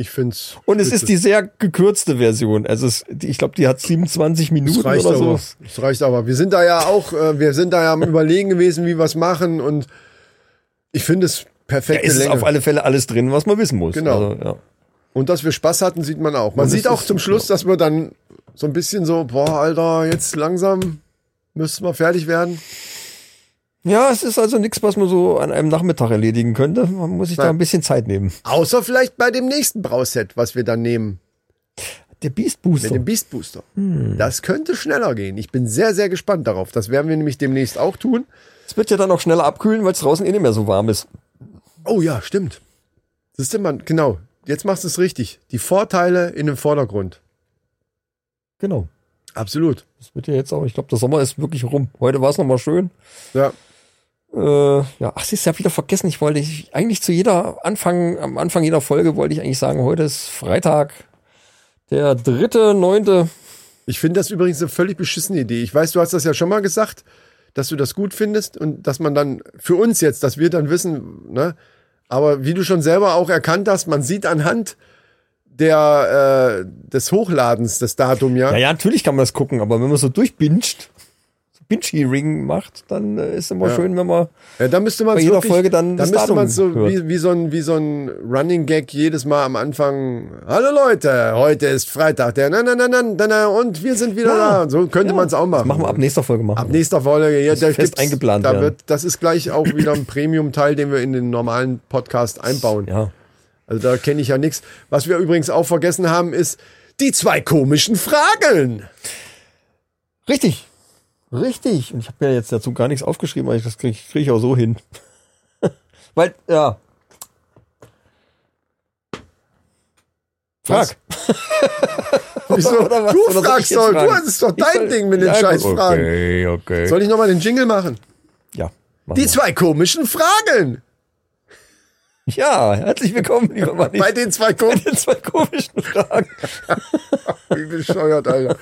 Speaker 3: Ich find's.
Speaker 4: Und es
Speaker 3: spitze.
Speaker 4: ist die sehr gekürzte Version. Also es, die, ich glaube, die hat 27 Minuten
Speaker 3: Das reicht,
Speaker 4: oder so.
Speaker 3: aber. das reicht aber. Wir sind da ja auch, äh, wir sind da ja am überlegen gewesen, wie wir es machen und ich finde es
Speaker 4: Da
Speaker 3: perfekte
Speaker 4: ist
Speaker 3: Länge.
Speaker 4: auf alle Fälle alles drin, was man wissen muss.
Speaker 3: Genau.
Speaker 4: Also, ja.
Speaker 3: Und dass wir Spaß hatten, sieht man auch. Man
Speaker 4: Und es
Speaker 3: sieht auch
Speaker 4: ist-
Speaker 3: zum Schluss, dass wir dann so ein bisschen so, boah, Alter, jetzt langsam müssen wir fertig werden.
Speaker 4: Ja, es ist also nichts, was man so an einem Nachmittag erledigen könnte. Man muss sich da
Speaker 3: Nein.
Speaker 4: ein bisschen Zeit nehmen.
Speaker 3: Außer vielleicht bei dem nächsten Brauset, was wir dann nehmen,
Speaker 4: Der Beast
Speaker 3: mit
Speaker 4: Booster.
Speaker 3: dem Beast Booster.
Speaker 4: Hm.
Speaker 3: Das könnte schneller gehen. Ich bin sehr, sehr gespannt darauf. Das werden wir nämlich demnächst auch tun.
Speaker 4: Es wird ja dann auch schneller abkühlen, weil es draußen eh nicht mehr so warm ist.
Speaker 3: Oh ja, stimmt. Das ist immer, genau. Jetzt machst du es richtig. Die Vorteile in den Vordergrund.
Speaker 4: Genau.
Speaker 3: Absolut.
Speaker 4: Das wird ja jetzt auch, ich glaube, der Sommer ist wirklich rum. Heute war es nochmal schön.
Speaker 3: Ja.
Speaker 4: Äh, ja, ach, siehst du, ich habe wieder vergessen. Ich wollte ich, eigentlich zu jeder Anfang, am Anfang jeder Folge wollte ich eigentlich sagen, heute ist Freitag, der dritte, neunte.
Speaker 3: Ich finde das übrigens eine völlig beschissene Idee. Ich weiß, du hast das ja schon mal gesagt, dass du das gut findest und dass man dann für uns jetzt, dass wir dann wissen, ne? Aber wie du schon selber auch erkannt hast, man sieht anhand der, äh, des Hochladens das Datum ja.
Speaker 4: Ja, ja, natürlich kann man das gucken, aber wenn man so durchbinscht, so Binge-Hearing macht, dann äh, ist immer
Speaker 3: Ja.
Speaker 4: schön, wenn man
Speaker 3: Ja, da müsste man
Speaker 4: Bei jeder Folge dann
Speaker 3: da
Speaker 4: das
Speaker 3: müsste
Speaker 4: Datum
Speaker 3: man so
Speaker 4: hört.
Speaker 3: wie, wie, so ein, wie so ein Running Gag jedes Mal am Anfang. Hallo Leute, heute ist Freitag, der na na na na na na und wir sind wieder
Speaker 4: Ja.
Speaker 3: da. Und So könnte
Speaker 4: Ja.
Speaker 3: man es auch
Speaker 4: Das
Speaker 3: machen.
Speaker 4: machen wir ab nächster Folge machen.
Speaker 3: Ab
Speaker 4: wir.
Speaker 3: nächster Folge, ja, da
Speaker 4: fest
Speaker 3: gibt's,
Speaker 4: eingeplant
Speaker 3: Da
Speaker 4: werden.
Speaker 3: wird, das ist gleich auch wieder ein Premium-Teil, den wir in den normalen Podcast einbauen.
Speaker 4: ja.
Speaker 3: Also da kenne ich ja nichts. Was wir übrigens auch vergessen haben, ist die zwei komischen Fragen.
Speaker 4: Richtig. Richtig. Und ich habe mir jetzt dazu gar nichts aufgeschrieben, weil ich das kriege krieg ich auch so hin. weil, ja. Frag.
Speaker 3: Wieso?
Speaker 4: Oder was? Oder
Speaker 3: Du
Speaker 4: soll ich
Speaker 3: fragst
Speaker 4: jetzt
Speaker 3: doch,
Speaker 4: fragen?
Speaker 3: du hast es doch
Speaker 4: Ich
Speaker 3: dein
Speaker 4: soll-
Speaker 3: Ding mit den
Speaker 4: Ja, gut,
Speaker 3: scheiß
Speaker 4: okay,
Speaker 3: Fragen.
Speaker 4: okay.
Speaker 3: Soll ich nochmal den Jingle machen?
Speaker 4: ja. machen
Speaker 3: Die
Speaker 4: wir.
Speaker 3: zwei komischen Fragen.
Speaker 4: ja, herzlich willkommen, lieber Mann.
Speaker 3: Bei den zwei komischen.
Speaker 4: den zwei komischen Fragen.
Speaker 3: Wie bescheuert, Alter.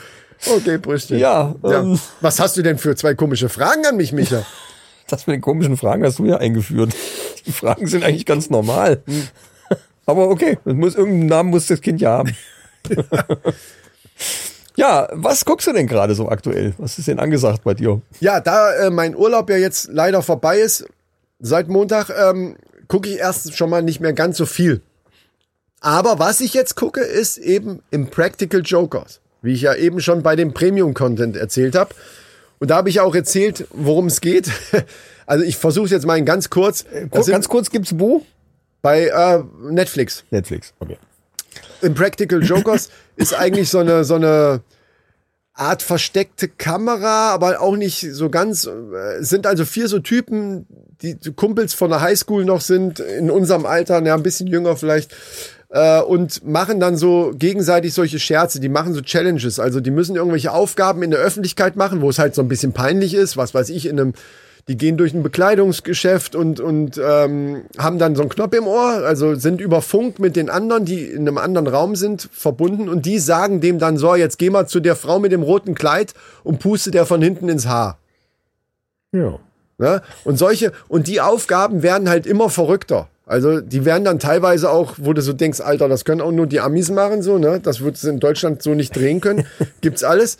Speaker 3: Okay, Brüstchen.
Speaker 4: Ja, ähm.
Speaker 3: Was hast du denn für zwei komische Fragen an mich, Micha?
Speaker 4: Das mit den komischen Fragen hast du ja eingeführt. Die Fragen sind eigentlich ganz normal.
Speaker 3: Hm.
Speaker 4: Aber okay, es muss, irgendeinen Namen muss das Kind ja haben. ja, was guckst du denn gerade so aktuell? Was ist denn angesagt bei dir?
Speaker 3: Ja, da äh, mein Urlaub ja jetzt leider vorbei ist, seit Montag, ähm, gucke ich erst schon mal nicht mehr ganz so viel. Aber was ich jetzt gucke, ist eben Impractical Jokers. wie ich ja eben schon bei dem Premium-Content erzählt habe. Und da habe ich ja auch erzählt, worum es geht. Also ich versuche es jetzt mal in ganz kurz. Das sind
Speaker 4: Ganz kurz, gibt's wo?
Speaker 3: bei äh, Netflix.
Speaker 4: Netflix, okay.
Speaker 3: Impractical Jokers ist eigentlich so eine, so eine Art versteckte Kamera, aber auch nicht so ganz. äh, Es sind also vier so Typen, die Kumpels von der Highschool noch sind, in unserem Alter, ja, ein bisschen jünger vielleicht. Äh, und machen dann so gegenseitig solche Scherze, die machen so Challenges. Also die müssen irgendwelche Aufgaben in der Öffentlichkeit machen, wo es halt so ein bisschen peinlich ist, was weiß ich, in einem, die gehen durch ein Bekleidungsgeschäft und, und ähm, haben dann so einen Knopf im Ohr, also sind über Funk mit den anderen, die in einem anderen Raum sind, verbunden und die sagen dem dann, so, jetzt geh mal zu der Frau mit dem roten Kleid und puste der von hinten ins Haar.
Speaker 1: Ja.
Speaker 3: Ne? Und solche, und die Aufgaben werden halt immer verrückter. Also die werden dann teilweise auch, wo du so denkst, Alter, das können auch nur die Amis machen, so, ne? Das wird es in Deutschland so nicht drehen können. Gibt's alles.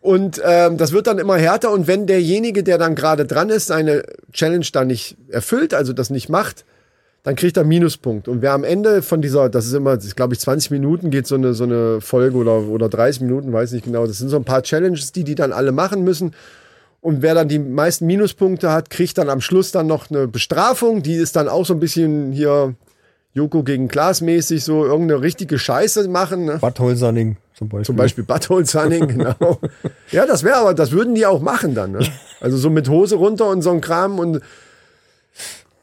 Speaker 3: Und ähm, das wird dann immer härter. Und wenn derjenige, der dann gerade dran ist, seine Challenge dann nicht erfüllt, also das nicht macht, dann kriegt er einen Minuspunkt. Und wer am Ende von dieser, das ist immer, glaube ich, 20 Minuten geht so eine, so eine Folge oder, oder 30 Minuten, weiß nicht genau. Das sind so ein paar Challenges, die die dann alle machen müssen. Und wer dann die meisten Minuspunkte hat, kriegt dann am Schluss dann noch eine Bestrafung. Die ist dann auch so ein bisschen hier Joko gegen Klaas mäßig, so irgendeine richtige Scheiße machen. Ne?
Speaker 4: Bad Holzaning zum Beispiel.
Speaker 3: Zum Beispiel Butthole Sunning, genau. ja, das wäre aber, das würden die auch machen dann. Ne? Also so mit Hose runter und so ein Kram und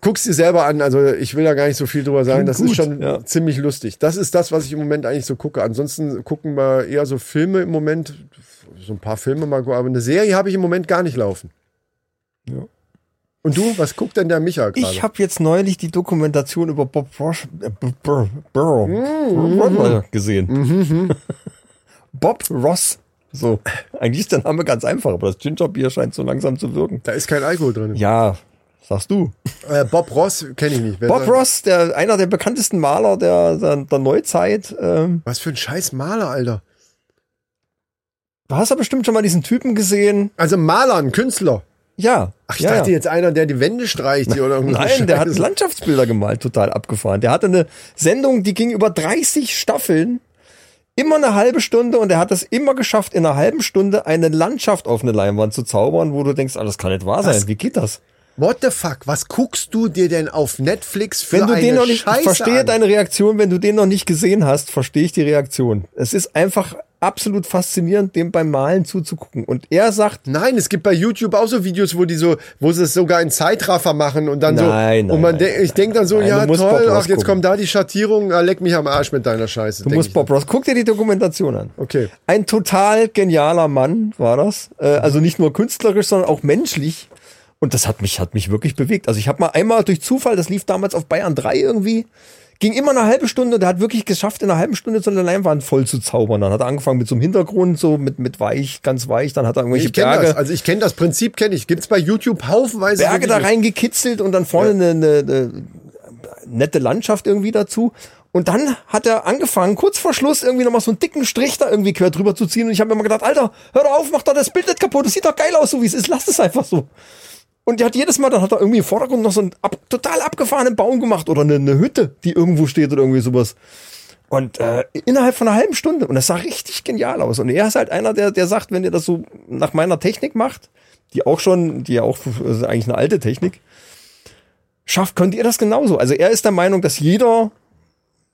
Speaker 3: guck's dir selber an. Also ich will da gar nicht so viel drüber sagen.
Speaker 4: Klingt
Speaker 3: Das ist
Speaker 4: gut,
Speaker 3: schon
Speaker 4: ja.
Speaker 3: ziemlich lustig. Das ist das, was ich im Moment eigentlich so gucke. Ansonsten gucken wir eher so Filme im Moment, so ein paar Filme mal, aber eine Serie habe ich im Moment gar nicht laufen.
Speaker 4: Ja.
Speaker 3: Und du, was guckt denn der Micha gerade?
Speaker 4: Ich habe jetzt neulich die Dokumentation über Bob Ross, äh, B- Bur- Burrow
Speaker 3: Mm.
Speaker 4: Burrow gesehen.
Speaker 3: Mhm,
Speaker 4: Bob Ross. So, eigentlich ist der Name ganz einfach, aber das Gingerbier scheint so langsam zu wirken.
Speaker 3: da ist kein Alkohol drin.
Speaker 4: Ja, sagst du.
Speaker 3: Äh, Bob Ross kenne ich nicht. Wer
Speaker 4: Bob
Speaker 3: sagt-
Speaker 4: Ross, der einer der bekanntesten Maler der, der, der Neuzeit. Ähm,
Speaker 3: Was für ein scheiß Maler, Alter.
Speaker 4: du hast ja bestimmt schon mal diesen Typen gesehen.
Speaker 3: Also Maler, ein Künstler.
Speaker 4: Ja.
Speaker 3: Ach, ich
Speaker 4: ja,
Speaker 3: dachte
Speaker 4: ja.
Speaker 3: jetzt einer, der die Wände streicht hier oder irgendwas.
Speaker 4: Nein, der hat Landschaftsbilder gemalt, total abgefahren. Der hatte eine Sendung, die ging über 30 Staffeln, immer eine halbe Stunde und er hat es immer geschafft, in einer halben Stunde eine Landschaft auf eine Leinwand zu zaubern, wo du denkst, ah, das kann nicht wahr sein, wie geht das?
Speaker 3: What the fuck? Was guckst du dir denn auf Netflix für
Speaker 4: Wenn du
Speaker 3: eine
Speaker 4: den noch nicht,
Speaker 3: Scheiße
Speaker 4: ich verstehe
Speaker 3: an?
Speaker 4: deine Reaktion, wenn du den noch nicht gesehen hast, verstehe ich die Reaktion. Es ist einfach absolut faszinierend, dem beim Malen zuzugucken. Und er sagt,
Speaker 3: Nein, es gibt bei YouTube auch so Videos, wo die so, wo sie es sogar in Zeitraffer machen und dann
Speaker 4: Nein,
Speaker 3: so.
Speaker 4: nein,
Speaker 3: Und man
Speaker 4: nein,
Speaker 3: denk- ich denke dann so,
Speaker 4: Nein,
Speaker 3: ja
Speaker 4: du musst Bob
Speaker 3: toll,
Speaker 4: Ross
Speaker 3: ach jetzt
Speaker 4: gucken.
Speaker 3: kommt da die Schattierung, ah, leck mich am Arsch mit deiner Scheiße.
Speaker 4: du musst Bob Ross, guck dir die Dokumentation an.
Speaker 3: Okay. Mhm.
Speaker 4: Ein total genialer Mann war das. Äh, also nicht nur künstlerisch, sondern auch menschlich. Und das hat mich, hat mich wirklich bewegt. Also ich habe mal einmal durch Zufall, das lief damals auf Bayern 3 irgendwie, ging immer eine halbe Stunde, der hat wirklich geschafft, in einer halben Stunde so eine Leinwand voll zu zaubern. Dann hat er angefangen mit so einem Hintergrund, so mit, mit weich, ganz weich, dann hat er irgendwelche
Speaker 3: Ich kenne
Speaker 4: Berge.
Speaker 3: das. Also ich kenne das Prinzip, kenne ich. Gibt's bei YouTube haufenweise. so
Speaker 4: Berge da
Speaker 3: Videos.
Speaker 4: reingekitzelt und dann vorne eine, eine, eine nette Landschaft irgendwie dazu. Und dann hat er angefangen, kurz vor Schluss irgendwie nochmal so einen dicken Strich da irgendwie quer drüber zu ziehen. Und ich habe mir immer gedacht, Alter, hör doch auf, mach da das Bild nicht kaputt. Das sieht doch geil aus, so wie es ist. Lass es einfach so. Und der hat jedes Mal, dann hat er irgendwie im Vordergrund noch so einen ab, total abgefahrenen Baum gemacht oder eine, eine Hütte, die irgendwo steht oder irgendwie sowas. Und äh, innerhalb von einer halben Stunde. Und das sah richtig genial aus. Und er ist halt einer, der, der sagt, wenn ihr das so nach meiner Technik macht, die auch schon, die ja auch das ist eigentlich eine alte Technik, schafft, könnt ihr das genauso. Also er ist der Meinung, dass jeder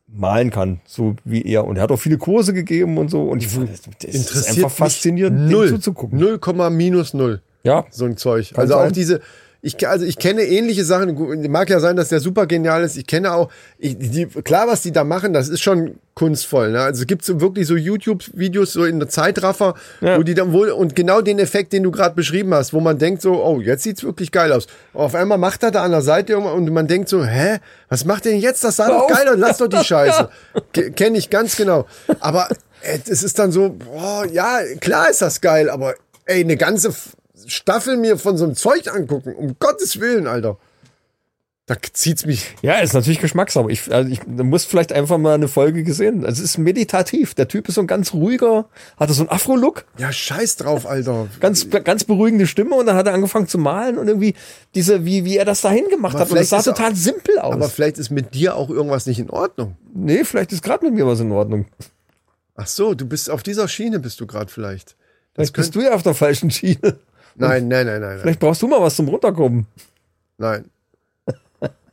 Speaker 4: malen kann, so wie er. Und er hat auch viele Kurse gegeben und so. Und ich fand, das ist
Speaker 3: Interessiert
Speaker 4: einfach faszinierend, dem
Speaker 3: null,
Speaker 4: zuzugucken.
Speaker 3: null Komma minus null.
Speaker 4: Ja.
Speaker 3: so ein Zeug. also auch
Speaker 4: sein.
Speaker 3: diese, ich, also ich kenne ähnliche Sachen. Gu- Mag ja sein, dass der super genial ist. Ich kenne auch, ich, die, klar, was die da machen, das ist schon kunstvoll. Ne? Also es gibt so wirklich so YouTube-Videos so in der Zeitraffer, wo die dann wohl und genau den Effekt, den du gerade beschrieben hast, wo man denkt so, oh, jetzt sieht's wirklich geil aus. Auf einmal macht er da an der Seite irgendwas und man denkt so, hä, was macht der denn jetzt? Das sah doch
Speaker 4: auf.
Speaker 3: geil aus. Lass doch die Scheiße. Ke- Kenne ich ganz genau. Aber äh, es ist dann so, boah, ja, klar ist das geil, aber ey, eine ganze F- Staffel mir von so einem Zeug angucken, um Gottes Willen, Alter. Da zieht's mich.
Speaker 4: Ja, ist natürlich Geschmackssache. Ich, also ich du musst vielleicht einfach mal eine Folge gesehen. Also Es ist meditativ. Der Typ ist so ein ganz ruhiger, hatte so einen Afro-Look,
Speaker 3: Ja, scheiß drauf, Alter.
Speaker 4: ganz, ganz beruhigende Stimme und dann hat er angefangen zu malen und irgendwie diese, wie, wie er das dahin gemacht
Speaker 3: Aber
Speaker 4: hat. Und das
Speaker 3: vielleicht
Speaker 4: sah
Speaker 3: ist er-
Speaker 4: total simpel aus.
Speaker 3: Aber vielleicht ist mit dir auch irgendwas nicht in Ordnung.
Speaker 4: nee, vielleicht ist gerade mit mir was in Ordnung.
Speaker 3: Ach so, du bist auf dieser Schiene bist du gerade vielleicht. Das
Speaker 4: Vielleicht bist
Speaker 3: könnte,
Speaker 4: du ja auf der falschen Schiene.
Speaker 3: nein, nein, nein, nein, nein,
Speaker 4: Vielleicht brauchst du mal was zum Runterkommen.
Speaker 3: nein.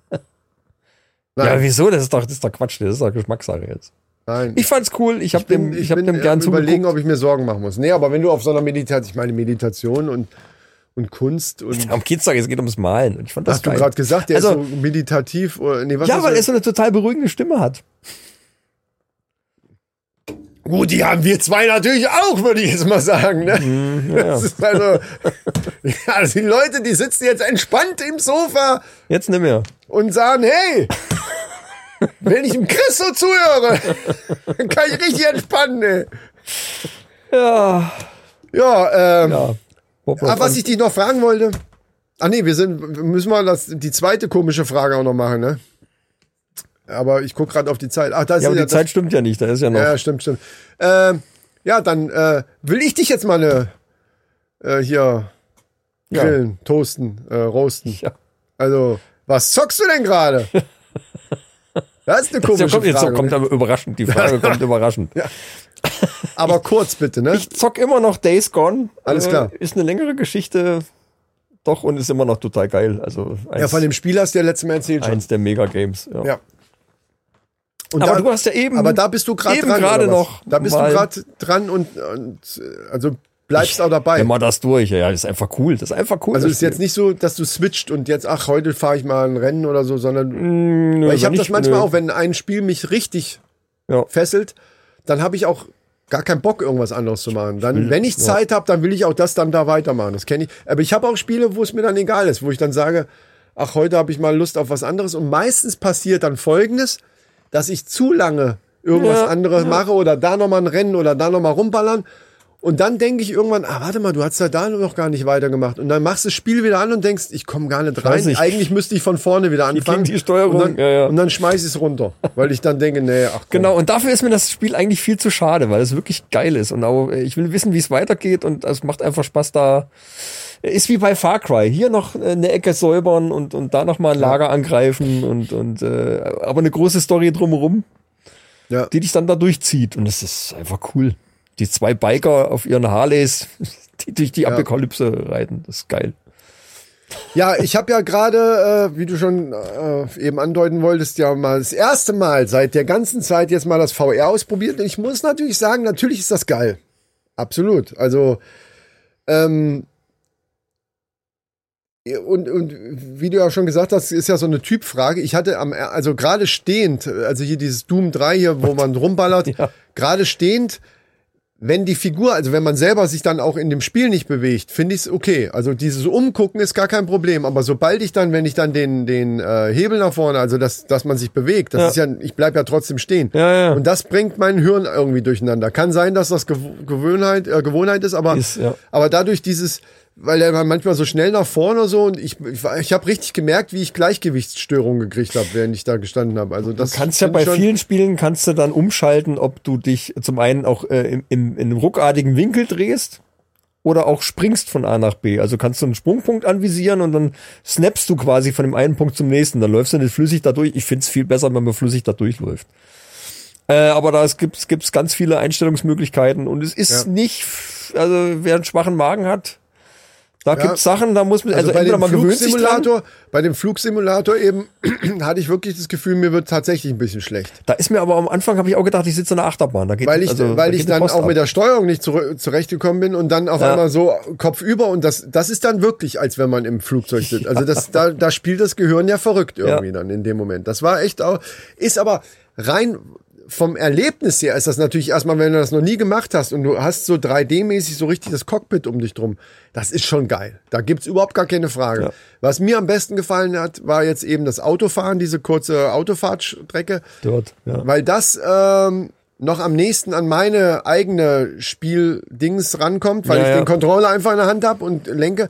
Speaker 4: Ja,
Speaker 3: Nein,
Speaker 4: wieso? Das ist doch, das ist doch Quatsch. Das ist doch Geschmackssache jetzt.
Speaker 3: nein.
Speaker 4: Ich fand's cool. Ich habe dem, ich hab dem
Speaker 3: äh,
Speaker 4: gern
Speaker 3: am überlegen,
Speaker 4: zugeguckt.
Speaker 3: ob ich mir Sorgen machen muss. Nee, aber wenn du auf so einer Meditation, ich meine Meditation und, und Kunst und
Speaker 4: Darum geht's doch. Es geht ums Malen. Und ich fand das
Speaker 3: hast du
Speaker 4: geil.
Speaker 3: gerade gesagt, der
Speaker 4: also,
Speaker 3: ist so meditativ oder nee, was
Speaker 4: ja,
Speaker 3: ist
Speaker 4: weil er
Speaker 3: das?
Speaker 4: so eine total beruhigende Stimme hat.
Speaker 3: Gut, die haben wir zwei natürlich auch, würde ich jetzt mal sagen. Ne?
Speaker 4: Mhm,
Speaker 3: Das ist also, ja, also die Leute, die sitzen jetzt entspannt im Sofa
Speaker 4: Jetzt nicht mehr.
Speaker 3: und sagen, hey, wenn ich dem Christo zuhöre, dann kann ich richtig entspannen. Ey.
Speaker 4: Ja.
Speaker 3: Ja, ähm,
Speaker 4: ja. Bob
Speaker 3: ah,
Speaker 4: Ross
Speaker 3: was
Speaker 4: an-
Speaker 3: ich dich noch fragen wollte. Ah nee, wir sind, müssen wir das, die zweite komische Frage auch noch machen, ne? Aber ich gucke gerade auf die Zeit. Ach, das
Speaker 4: ja,
Speaker 3: ist
Speaker 4: aber
Speaker 3: ja
Speaker 4: die
Speaker 3: das,
Speaker 4: Zeit stimmt ja nicht. Da ist ja noch.
Speaker 3: Ja, stimmt, stimmt. Ähm, ja, dann äh, will ich dich jetzt mal eine, äh, hier
Speaker 4: Ja.
Speaker 3: grillen, toasten, äh, roasten.
Speaker 4: Ja.
Speaker 3: Also, was zockst du denn gerade? Das ist eine komische
Speaker 4: Jetzt kommt, jetzt
Speaker 3: Frage. ne?
Speaker 4: kommt aber überraschend. Die Frage kommt überraschend.
Speaker 3: aber kurz bitte, ne?
Speaker 4: Ich zock immer noch Days Gone.
Speaker 3: Alles
Speaker 4: Äh,
Speaker 3: klar.
Speaker 4: Ist eine längere Geschichte. Doch, und ist immer noch total geil. Also eins,
Speaker 3: ja, von dem Spiel hast du ja letztes Mal erzählt schon.
Speaker 4: eins der Mega-Games. Ja.
Speaker 3: Ja. Und
Speaker 4: aber
Speaker 3: da,
Speaker 4: du hast ja eben.
Speaker 3: aber da bist du gerade
Speaker 4: eben
Speaker 3: dran. oder
Speaker 4: gerade
Speaker 3: was?
Speaker 4: noch
Speaker 3: Da bist
Speaker 4: mal-
Speaker 3: du gerade dran und, und äh, also bleibst auch dabei.
Speaker 4: Nimm mal das durch. Ja, das ist einfach cool. Das ist einfach cool.
Speaker 3: Also
Speaker 4: das
Speaker 3: ist jetzt nicht so, dass du switcht und jetzt, ach, heute fahre ich mal ein Rennen oder so, sondern
Speaker 4: Spiel. Mm, Nö,
Speaker 3: weil ich
Speaker 4: wenn
Speaker 3: habe das
Speaker 4: nicht-
Speaker 3: manchmal
Speaker 4: nö.
Speaker 3: auch, wenn ein Spiel mich richtig
Speaker 4: Ja.
Speaker 3: fesselt, dann habe ich auch gar keinen Bock, irgendwas anderes zu machen. Dann, wenn ich Zeit habe, dann will ich auch das dann da weitermachen. Das kenne ich. Aber ich habe auch Spiele, wo es mir dann egal ist, wo ich dann sage, ach, heute habe ich mal Lust auf was anderes. Und meistens passiert dann Folgendes, dass ich zu lange irgendwas
Speaker 4: Ja,
Speaker 3: anderes mache oder da nochmal ein Rennen oder da nochmal rumballern. Und dann denke ich irgendwann, ah, warte mal, du hast ja da noch gar nicht weitergemacht. Und dann machst du das Spiel wieder an und denkst, ich komme gar nicht rein.
Speaker 4: Scheiße, ich-
Speaker 3: Eigentlich müsste ich von vorne wieder anfangen.
Speaker 4: die Steuerung,
Speaker 3: Und dann,
Speaker 4: ja, ja.
Speaker 3: Und dann schmeiß ich es runter, weil ich dann denke, nee, ach komm.
Speaker 4: Genau, und dafür ist mir das Spiel eigentlich viel zu schade, weil es wirklich geil ist. Und auch, äh, ich will wissen, wie es weitergeht und es macht einfach Spaß da. Ist wie bei Far Cry. Hier noch äh, eine Ecke säubern und, und da nochmal ein Lager angreifen und, und äh, aber eine große Story drumherum,
Speaker 3: Ja.
Speaker 4: die dich dann da durchzieht. Und das ist einfach cool. Die zwei Biker auf ihren Harleys, die durch die Apokalypse reiten. Das ist geil.
Speaker 3: Ja, ich habe ja gerade, äh, wie du schon äh, eben andeuten wolltest, ja mal das erste Mal seit der ganzen Zeit jetzt mal das VR ausprobiert. Und ich muss natürlich sagen, natürlich ist das geil. Absolut. Also, ähm, und, und wie du ja schon gesagt hast, ist ja so eine Typfrage. Ich hatte am, also gerade stehend, also hier dieses Doom 3 hier, wo man rumballert,
Speaker 4: Ja.
Speaker 3: gerade stehend, wenn die Figur, also wenn man selber sich dann auch in dem Spiel nicht bewegt, finde ich es okay. Also dieses Umgucken ist gar kein Problem. Aber sobald ich dann, wenn ich dann den, den äh, Hebel nach vorne, also dass, dass man sich bewegt, das
Speaker 4: Ja.
Speaker 3: ist ja, ich bleib ja trotzdem stehen.
Speaker 4: Ja, ja.
Speaker 3: Und das bringt mein Hirn irgendwie durcheinander. Kann sein, dass das Gew- Gewohnheit, äh, Gewohnheit ist, aber,
Speaker 4: Ist, ja.
Speaker 3: aber dadurch dieses, weil er war manchmal so schnell nach vorne so und ich, ich, war- ich habe richtig gemerkt, wie ich Gleichgewichtsstörungen gekriegt habe, während ich da gestanden habe. Also das
Speaker 4: Du kannst ja
Speaker 3: finde
Speaker 4: bei
Speaker 3: ich schon-
Speaker 4: vielen Spielen kannst du dann umschalten, ob du dich zum einen auch äh, im, im, in einem ruckartigen Winkel drehst oder auch springst von A nach B. Also kannst du einen Sprungpunkt anvisieren und dann snappst du quasi von dem einen Punkt zum nächsten. Dann läufst du nicht flüssig da durch. Ich find's viel besser, wenn man flüssig da durchläuft. Äh, aber da es gibt gibt's ganz viele Einstellungsmöglichkeiten und es ist
Speaker 3: Ja.
Speaker 4: nicht, f- also wer einen schwachen Magen hat, da gibt's Sachen, da muss man, also,
Speaker 3: Also, bei
Speaker 4: entweder
Speaker 3: dem
Speaker 4: man gewöhnt sich dran,
Speaker 3: Flugsimulator, bei dem Flugsimulator eben hatte ich wirklich das Gefühl, mir wird tatsächlich ein bisschen schlecht.
Speaker 4: da ist mir aber am Anfang habe ich auch gedacht, ich sitze in der Achterbahn. Da geht,
Speaker 3: Weil ich,
Speaker 4: also, da
Speaker 3: weil ich
Speaker 4: geht die
Speaker 3: dann
Speaker 4: Post
Speaker 3: auch
Speaker 4: ab.
Speaker 3: mit der Steuerung nicht zurück- zurechtgekommen bin und dann auf
Speaker 4: Ja.
Speaker 3: einmal so kopfüber und das, das ist dann wirklich, als wenn man im Flugzeug sitzt. Also das, da, da spielt das Gehirn ja verrückt irgendwie
Speaker 4: Ja.
Speaker 3: dann in dem Moment. Das war echt auch, ist aber rein vom Erlebnis her ist das natürlich erstmal, wenn du das noch nie gemacht hast und du hast so 3D-mäßig so richtig das Cockpit um dich drum. Das ist schon geil. Da gibt's überhaupt gar keine Frage.
Speaker 4: Ja.
Speaker 3: Was mir am besten gefallen hat, war jetzt eben das Autofahren, diese kurze Autofahrtstrecke
Speaker 4: Dort, ja.
Speaker 3: weil das ähm, noch am nächsten an meine eigene Spieldings rankommt, weil
Speaker 4: Ja,
Speaker 3: ich
Speaker 4: ja.
Speaker 3: den Controller einfach in der Hand habe und lenke.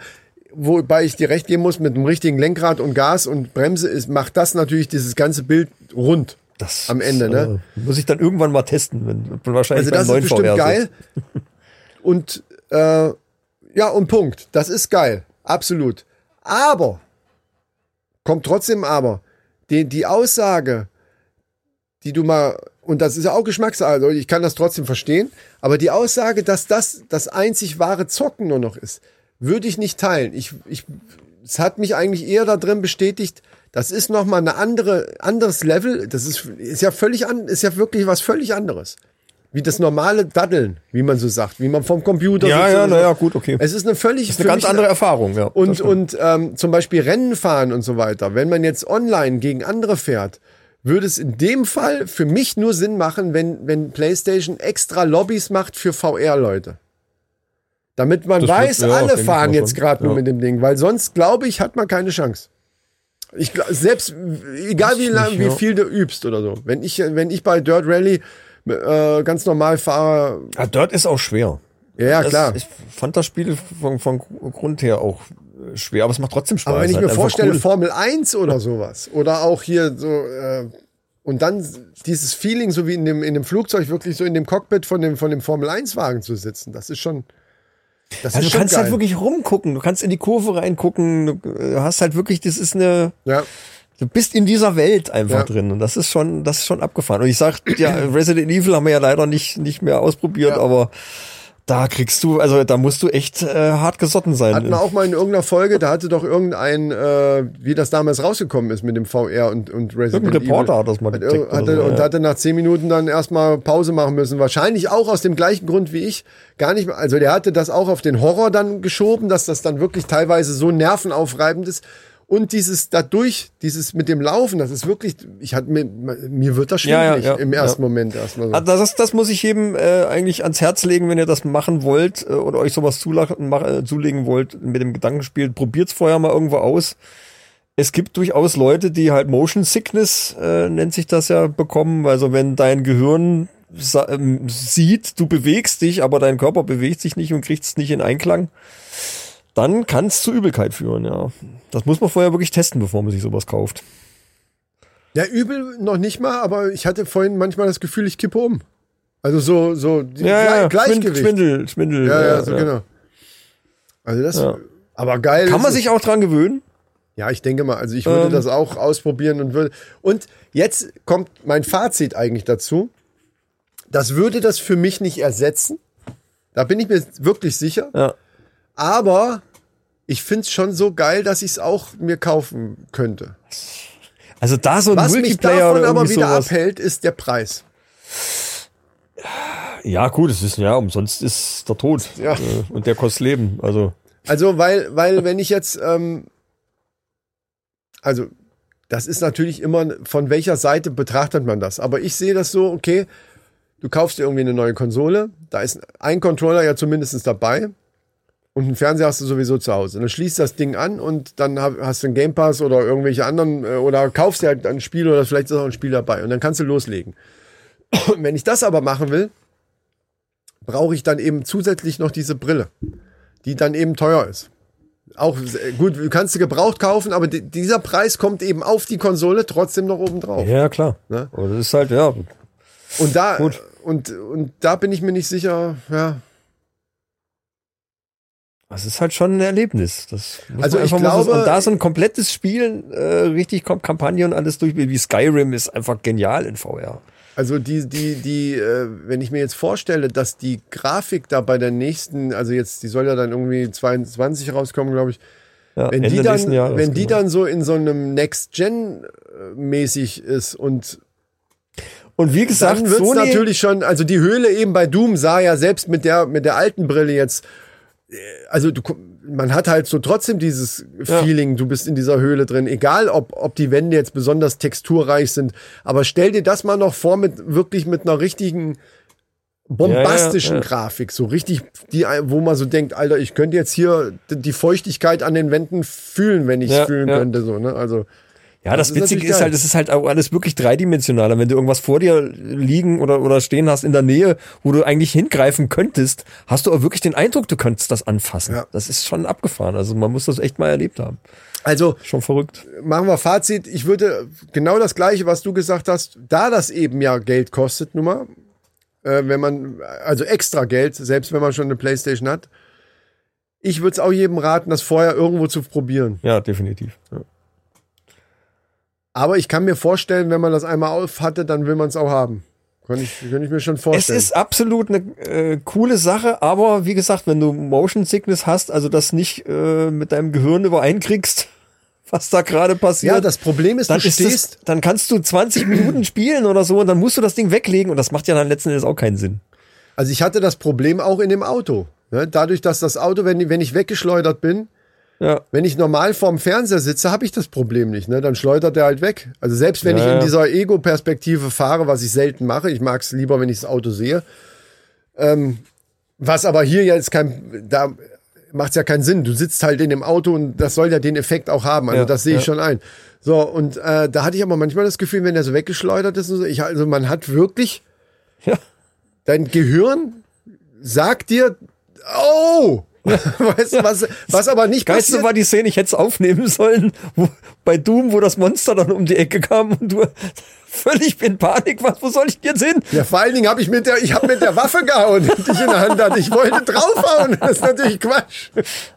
Speaker 3: Wobei ich dir recht geben muss, mit dem richtigen Lenkrad und Gas und Bremse ist, macht das natürlich dieses ganze Bild rund.
Speaker 4: Das
Speaker 3: am Ende,
Speaker 4: ist,
Speaker 3: ne?
Speaker 4: äh, muss ich dann irgendwann mal testen, wenn, wenn wahrscheinlich
Speaker 3: Also
Speaker 4: beim
Speaker 3: das ist
Speaker 4: neuen
Speaker 3: bestimmt
Speaker 4: VR
Speaker 3: geil.
Speaker 4: sitzt.
Speaker 3: Und äh, ja, und Punkt. Das ist geil. Absolut. Aber, kommt trotzdem aber, die, die Aussage, die du mal und das ist ja auch Geschmackssache, Leute, ich kann das trotzdem verstehen, aber die Aussage, dass das das einzig wahre Zocken nur noch ist, würde ich nicht teilen. Ich, ich, es hat mich eigentlich eher darin bestätigt, das ist nochmal eine andere, anderes Level, das ist, ist ja völlig an, ist ja wirklich was völlig anderes. Wie das normale Daddeln, wie man so sagt, wie man vom Computer
Speaker 4: Ja,
Speaker 3: sitzt
Speaker 4: ja,
Speaker 3: und
Speaker 4: na ja, gut, okay.
Speaker 3: Es ist eine völlig,
Speaker 4: ist eine ganz andere Erfahrung, ja.
Speaker 3: und, und ähm, zum Beispiel Rennen fahren und so weiter, wenn man jetzt online gegen andere fährt, würde es in dem Fall für mich nur Sinn machen, wenn, wenn PlayStation extra Lobbys macht für VR-Leute. Damit man
Speaker 4: Das wird-
Speaker 3: weiß,
Speaker 4: ja,
Speaker 3: alle
Speaker 4: denke ich
Speaker 3: fahren
Speaker 4: mal
Speaker 3: jetzt
Speaker 4: schon.
Speaker 3: gerade nur
Speaker 4: Ja.
Speaker 3: mit dem Ding, weil sonst, glaube ich, hat man keine Chance. Ich gla- selbst, egal wie lang,
Speaker 4: nicht,
Speaker 3: wie
Speaker 4: ja.
Speaker 3: viel du übst oder so. Wenn ich, wenn ich bei Dirt Rally äh, ganz normal fahre,
Speaker 4: ja, Dirt ist auch schwer.
Speaker 3: ja, ja
Speaker 4: Das-
Speaker 3: Ah, klar.
Speaker 4: Ich fand das Spiel von, von Grund her auch äh, schwer, aber es macht trotzdem Spaß.
Speaker 3: Aber wenn ich
Speaker 4: Halt
Speaker 3: mir
Speaker 4: einfach
Speaker 3: vorstelle,
Speaker 4: cool.
Speaker 3: Formel 1 oder sowas, oder auch hier so, äh, und dann dieses Feeling, so wie in dem, in dem Flugzeug, wirklich so in dem Cockpit von dem, von dem Formel 1-Wagen zu sitzen, das ist schon. Das ist
Speaker 4: also du
Speaker 3: schon
Speaker 4: kannst
Speaker 3: geil.
Speaker 4: halt wirklich rumgucken, du kannst in die Kurve reingucken, du äh, hast halt wirklich, das ist eine,
Speaker 3: Ja,
Speaker 4: du bist in dieser Welt einfach
Speaker 3: Ja.
Speaker 4: drin und das ist schon, das ist schon abgefahren. Und ich sag, ja, Resident Evil haben wir ja leider nicht, nicht mehr ausprobiert,
Speaker 3: Ja.
Speaker 4: aber da kriegst du, also da musst du echt äh, hart gesotten sein.
Speaker 3: hatten wir auch mal in irgendeiner Folge, da hatte doch irgendein, äh, wie das damals rausgekommen ist mit dem VR und, und Resident
Speaker 4: Irgendein Reporter
Speaker 3: Evil.
Speaker 4: hat das mal
Speaker 3: Hat
Speaker 4: gecheckt
Speaker 3: irg-
Speaker 4: oder
Speaker 3: hatte,
Speaker 4: so,
Speaker 3: und
Speaker 4: ja.
Speaker 3: hatte nach zehn Minuten dann erstmal Pause machen müssen. Wahrscheinlich auch aus dem gleichen Grund wie ich. Gar nicht mehr. Also der hatte das auch auf den Horror dann geschoben, dass das dann wirklich teilweise so nervenaufreibend ist. Und dieses dadurch, dieses mit dem Laufen, das ist wirklich, ich hatte mir, mir wird das
Speaker 4: Ja, ja,
Speaker 3: schwindelig
Speaker 4: ja,
Speaker 3: im ersten
Speaker 4: ja.
Speaker 3: Moment erstmal so.
Speaker 4: Also das, ist- das muss ich jedem äh, eigentlich ans Herz legen, wenn ihr das machen wollt äh, oder euch sowas zulachen, mach, äh, zulegen wollt mit dem Gedankenspiel. Probiert's vorher mal irgendwo aus. Es gibt durchaus Leute, die halt Motion Sickness, äh, nennt sich das ja, bekommen. Also wenn dein Gehirn sa- ähm, sieht, du bewegst dich, aber dein Körper bewegt sich nicht und kriegst es nicht in Einklang, dann kann es zu Übelkeit führen, ja. Das muss man vorher wirklich testen, bevor man sich sowas kauft.
Speaker 3: Ja, übel noch nicht mal, aber ich hatte vorhin manchmal das Gefühl, ich kippe um. Also so, so die-
Speaker 4: Schwindel, Schwindel, Schwindel.
Speaker 3: Ja, ja, so genau. Also das,
Speaker 4: Ja.
Speaker 3: aber geil.
Speaker 4: Kann
Speaker 3: ist
Speaker 4: man
Speaker 3: es.
Speaker 4: sich auch dran gewöhnen?
Speaker 3: Ja, ich denke mal, also ich würde
Speaker 4: Ähm.
Speaker 3: das auch ausprobieren und würde. Und jetzt kommt mein Fazit eigentlich dazu. Das würde das für mich nicht ersetzen. Da bin ich mir wirklich sicher.
Speaker 4: Ja.
Speaker 3: Aber ich find's schon so geil, dass ich's auch mir kaufen könnte.
Speaker 4: Also da so ein
Speaker 3: Was mich
Speaker 4: Multiplayer
Speaker 3: davon
Speaker 4: oder
Speaker 3: aber
Speaker 4: irgendwie
Speaker 3: wieder
Speaker 4: sowas.
Speaker 3: abhält, ist der Preis.
Speaker 4: Ja, gut, es ist ja umsonst ist der Tod
Speaker 3: Ja.
Speaker 4: äh, und der kostet Leben. Also
Speaker 3: Also, weil, weil, wenn ich jetzt, ähm, also, das ist natürlich immer, von welcher Seite betrachtet man das? Aber ich sehe das so, okay, du kaufst dir irgendwie eine neue Konsole, da ist ein Controller ja zumindest dabei und einen Fernseher hast du sowieso zu Hause. Dann schließt das Ding an und dann hab- hast du einen Game Pass oder irgendwelche anderen äh, oder kaufst dir halt ein Spiel oder vielleicht ist auch ein Spiel dabei und dann kannst du loslegen. wenn ich das aber machen will, brauche ich dann eben zusätzlich noch diese Brille die dann eben teuer ist. Auch sehr- gut, du kannst sie gebraucht kaufen, aber di- dieser Preis kommt eben auf die Konsole trotzdem noch oben drauf.
Speaker 4: ja klar.
Speaker 3: Ne?
Speaker 4: Aber das ist halt ja.
Speaker 3: Und da
Speaker 4: Gut.
Speaker 3: und und da bin ich mir nicht sicher. Ja,
Speaker 4: Das ist halt schon ein Erlebnis. Das muss
Speaker 3: Also
Speaker 4: man
Speaker 3: ich
Speaker 4: einfach mal so-
Speaker 3: glaube-
Speaker 4: und da so ein komplettes Spiel, äh, richtig kommt Kampagne und alles durch, wie Skyrim ist einfach genial in VR.
Speaker 3: also die die die, äh, wenn ich mir jetzt vorstelle, dass die Grafik da bei der nächsten, also jetzt, die soll ja dann irgendwie 22 rauskommen, glaube ich.
Speaker 4: Ja,
Speaker 3: Wenn
Speaker 4: Ende
Speaker 3: die dann,
Speaker 4: nächsten Jahres,
Speaker 3: wenn die
Speaker 4: genau.
Speaker 3: dann so in so einem Next Gen äh, mäßig ist und
Speaker 4: und wie gesagt,
Speaker 3: dann wird's
Speaker 4: Sony,
Speaker 3: natürlich schon, also die Höhle eben bei Doom sah ja selbst mit der, mit der alten Brille jetzt, äh, also du, gu- man hat halt so trotzdem dieses Feeling, du bist in dieser Höhle drin, egal ob, ob die Wände jetzt besonders texturreich sind, aber stell dir das mal noch vor mit, wirklich mit einer richtigen, bombastischen
Speaker 4: Ja, ja, ja.
Speaker 3: Grafik, so richtig, die, wo man so denkt, Alter, ich könnte jetzt hier d- die Feuchtigkeit an den Wänden fühlen, wenn ich es
Speaker 4: Ja,
Speaker 3: fühlen
Speaker 4: ja.
Speaker 3: könnte, so, ne, also.
Speaker 4: Ja, das,
Speaker 3: Das ist
Speaker 4: Witzige
Speaker 3: natürlich
Speaker 4: ist
Speaker 3: geil.
Speaker 4: halt, es ist halt auch alles wirklich dreidimensionaler. Wenn du irgendwas vor dir liegen oder, oder stehen hast in der Nähe, wo du eigentlich hingreifen könntest, hast du auch wirklich den Eindruck, du könntest das anfassen.
Speaker 3: Ja.
Speaker 4: Das ist schon abgefahren. Also man muss das echt mal erlebt haben.
Speaker 3: Also,
Speaker 4: Schon verrückt.
Speaker 3: machen wir Fazit. Ich würde genau das Gleiche, was du gesagt hast, da das eben ja Geld kostet, nun mal, äh, wenn man, also extra Geld, selbst wenn man schon eine Playstation hat, ich würde es auch jedem raten, das vorher irgendwo zu probieren.
Speaker 4: Ja, definitiv. Ja.
Speaker 3: Aber ich kann mir vorstellen, wenn man das einmal auf hatte, dann will man es auch haben. Kann ich, kann ich mir schon
Speaker 4: Es
Speaker 3: vorstellen.
Speaker 4: ist absolut eine äh, coole Sache, aber wie gesagt, wenn du Motion Sickness hast, also das nicht äh, mit deinem Gehirn übereinkriegst, was da gerade passiert.
Speaker 3: ja, das Problem ist,
Speaker 4: dann,
Speaker 3: du
Speaker 4: ist das,
Speaker 3: stehst.
Speaker 4: dann kannst du 20 Minuten spielen oder so und dann musst du das Ding weglegen und das macht ja dann letzten Endes auch keinen Sinn.
Speaker 3: Also ich hatte das Problem auch in dem Auto. Ne? Dadurch, dass das Auto, wenn, wenn ich weggeschleudert bin,
Speaker 4: Ja.
Speaker 3: wenn ich normal vorm Fernseher sitze, habe ich das Problem nicht. Ne? Dann schleudert der halt weg. Also selbst wenn
Speaker 4: Ja,
Speaker 3: ich
Speaker 4: ja.
Speaker 3: in dieser Ego-Perspektive fahre, was ich selten mache, ich mag es lieber, wenn ich das Auto sehe. Ähm, was aber hier jetzt kein, da macht es ja keinen Sinn. Du sitzt halt in dem Auto und das soll ja den Effekt auch haben. Also
Speaker 4: Ja,
Speaker 3: das sehe ich
Speaker 4: ja.
Speaker 3: schon ein. So, und äh, da hatte ich aber manchmal das Gefühl, wenn der so weggeschleudert ist und so, ich, also man hat wirklich
Speaker 4: Ja.
Speaker 3: dein Gehirn sagt dir, oh! weißt du, was, was aber nicht
Speaker 4: Geilste
Speaker 3: passiert
Speaker 4: war die Szene, ich hätte es aufnehmen sollen, wo, bei Doom, wo das Monster dann um die Ecke kam und du völlig in Panik warst, wo soll ich denn jetzt hin?
Speaker 3: Ja, vor allen Dingen habe ich mit der, ich habe mit der Waffe gehauen, die ich in der Hand hatte. Ich wollte draufhauen. Das ist natürlich Quatsch.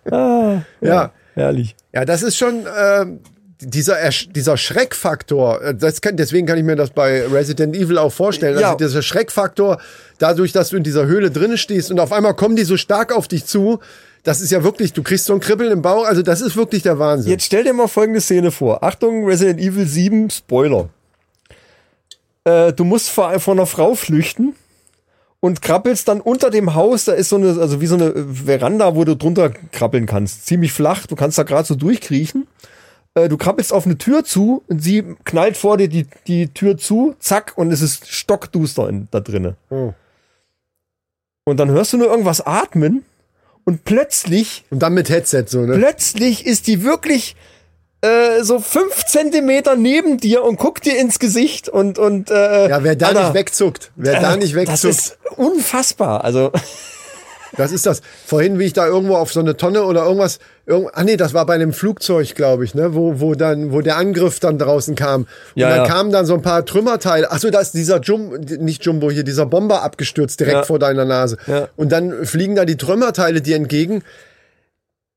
Speaker 4: Ah,
Speaker 3: ja.
Speaker 4: Herrlich.
Speaker 3: ja, das ist schon ähm, dieser, Ersch dieser Schreckfaktor. äh, Das kann, deswegen kann ich mir das bei Resident Evil auch vorstellen.
Speaker 4: Ja.
Speaker 3: Also dieser Schreckfaktor, dadurch, dass du in dieser Höhle drinne stehst und auf einmal kommen die so stark auf dich zu. Das ist ja wirklich, du kriegst so ein Kribbeln im Bauch. Also das ist wirklich der Wahnsinn.
Speaker 4: Jetzt stell dir mal folgende Szene vor. Achtung, Resident Evil 7, Spoiler. Äh, du musst vor, vor einer Frau flüchten und krabbelst dann unter dem Haus, da ist so eine, also wie so eine Veranda, wo du drunter krabbeln kannst. Ziemlich flach, du kannst da gerade so durchkriechen. Äh, du krabbelst auf eine Tür zu und sie knallt vor dir die, die Tür zu, zack, und es ist stockduster in, da drinnen.
Speaker 3: Oh.
Speaker 4: Und dann hörst du nur irgendwas atmen und plötzlich
Speaker 3: Und dann mit Headset so, ne?
Speaker 4: plötzlich ist die wirklich äh, so fünf Zentimeter neben dir und guckt dir ins Gesicht und und äh,
Speaker 3: Ja, wer da
Speaker 4: Alter,
Speaker 3: nicht wegzuckt, wer da nicht
Speaker 4: Das
Speaker 3: wegzuckt.
Speaker 4: ist unfassbar. Also
Speaker 3: Das ist das. Vorhin, wie ich da irgendwo auf so eine Tonne oder irgendwas, irgend, ah nee, das war bei einem Flugzeug, glaube ich, ne, wo, wo dann, wo der Angriff dann draußen kam. Und
Speaker 4: Ja,
Speaker 3: dann
Speaker 4: ja.
Speaker 3: kamen dann so ein paar Trümmerteile. Achso, da ist dieser Jumbo, nicht Jumbo hier, dieser Bomber abgestürzt direkt
Speaker 4: Ja.
Speaker 3: vor deiner Nase.
Speaker 4: Ja.
Speaker 3: Und dann fliegen da die Trümmerteile dir entgegen.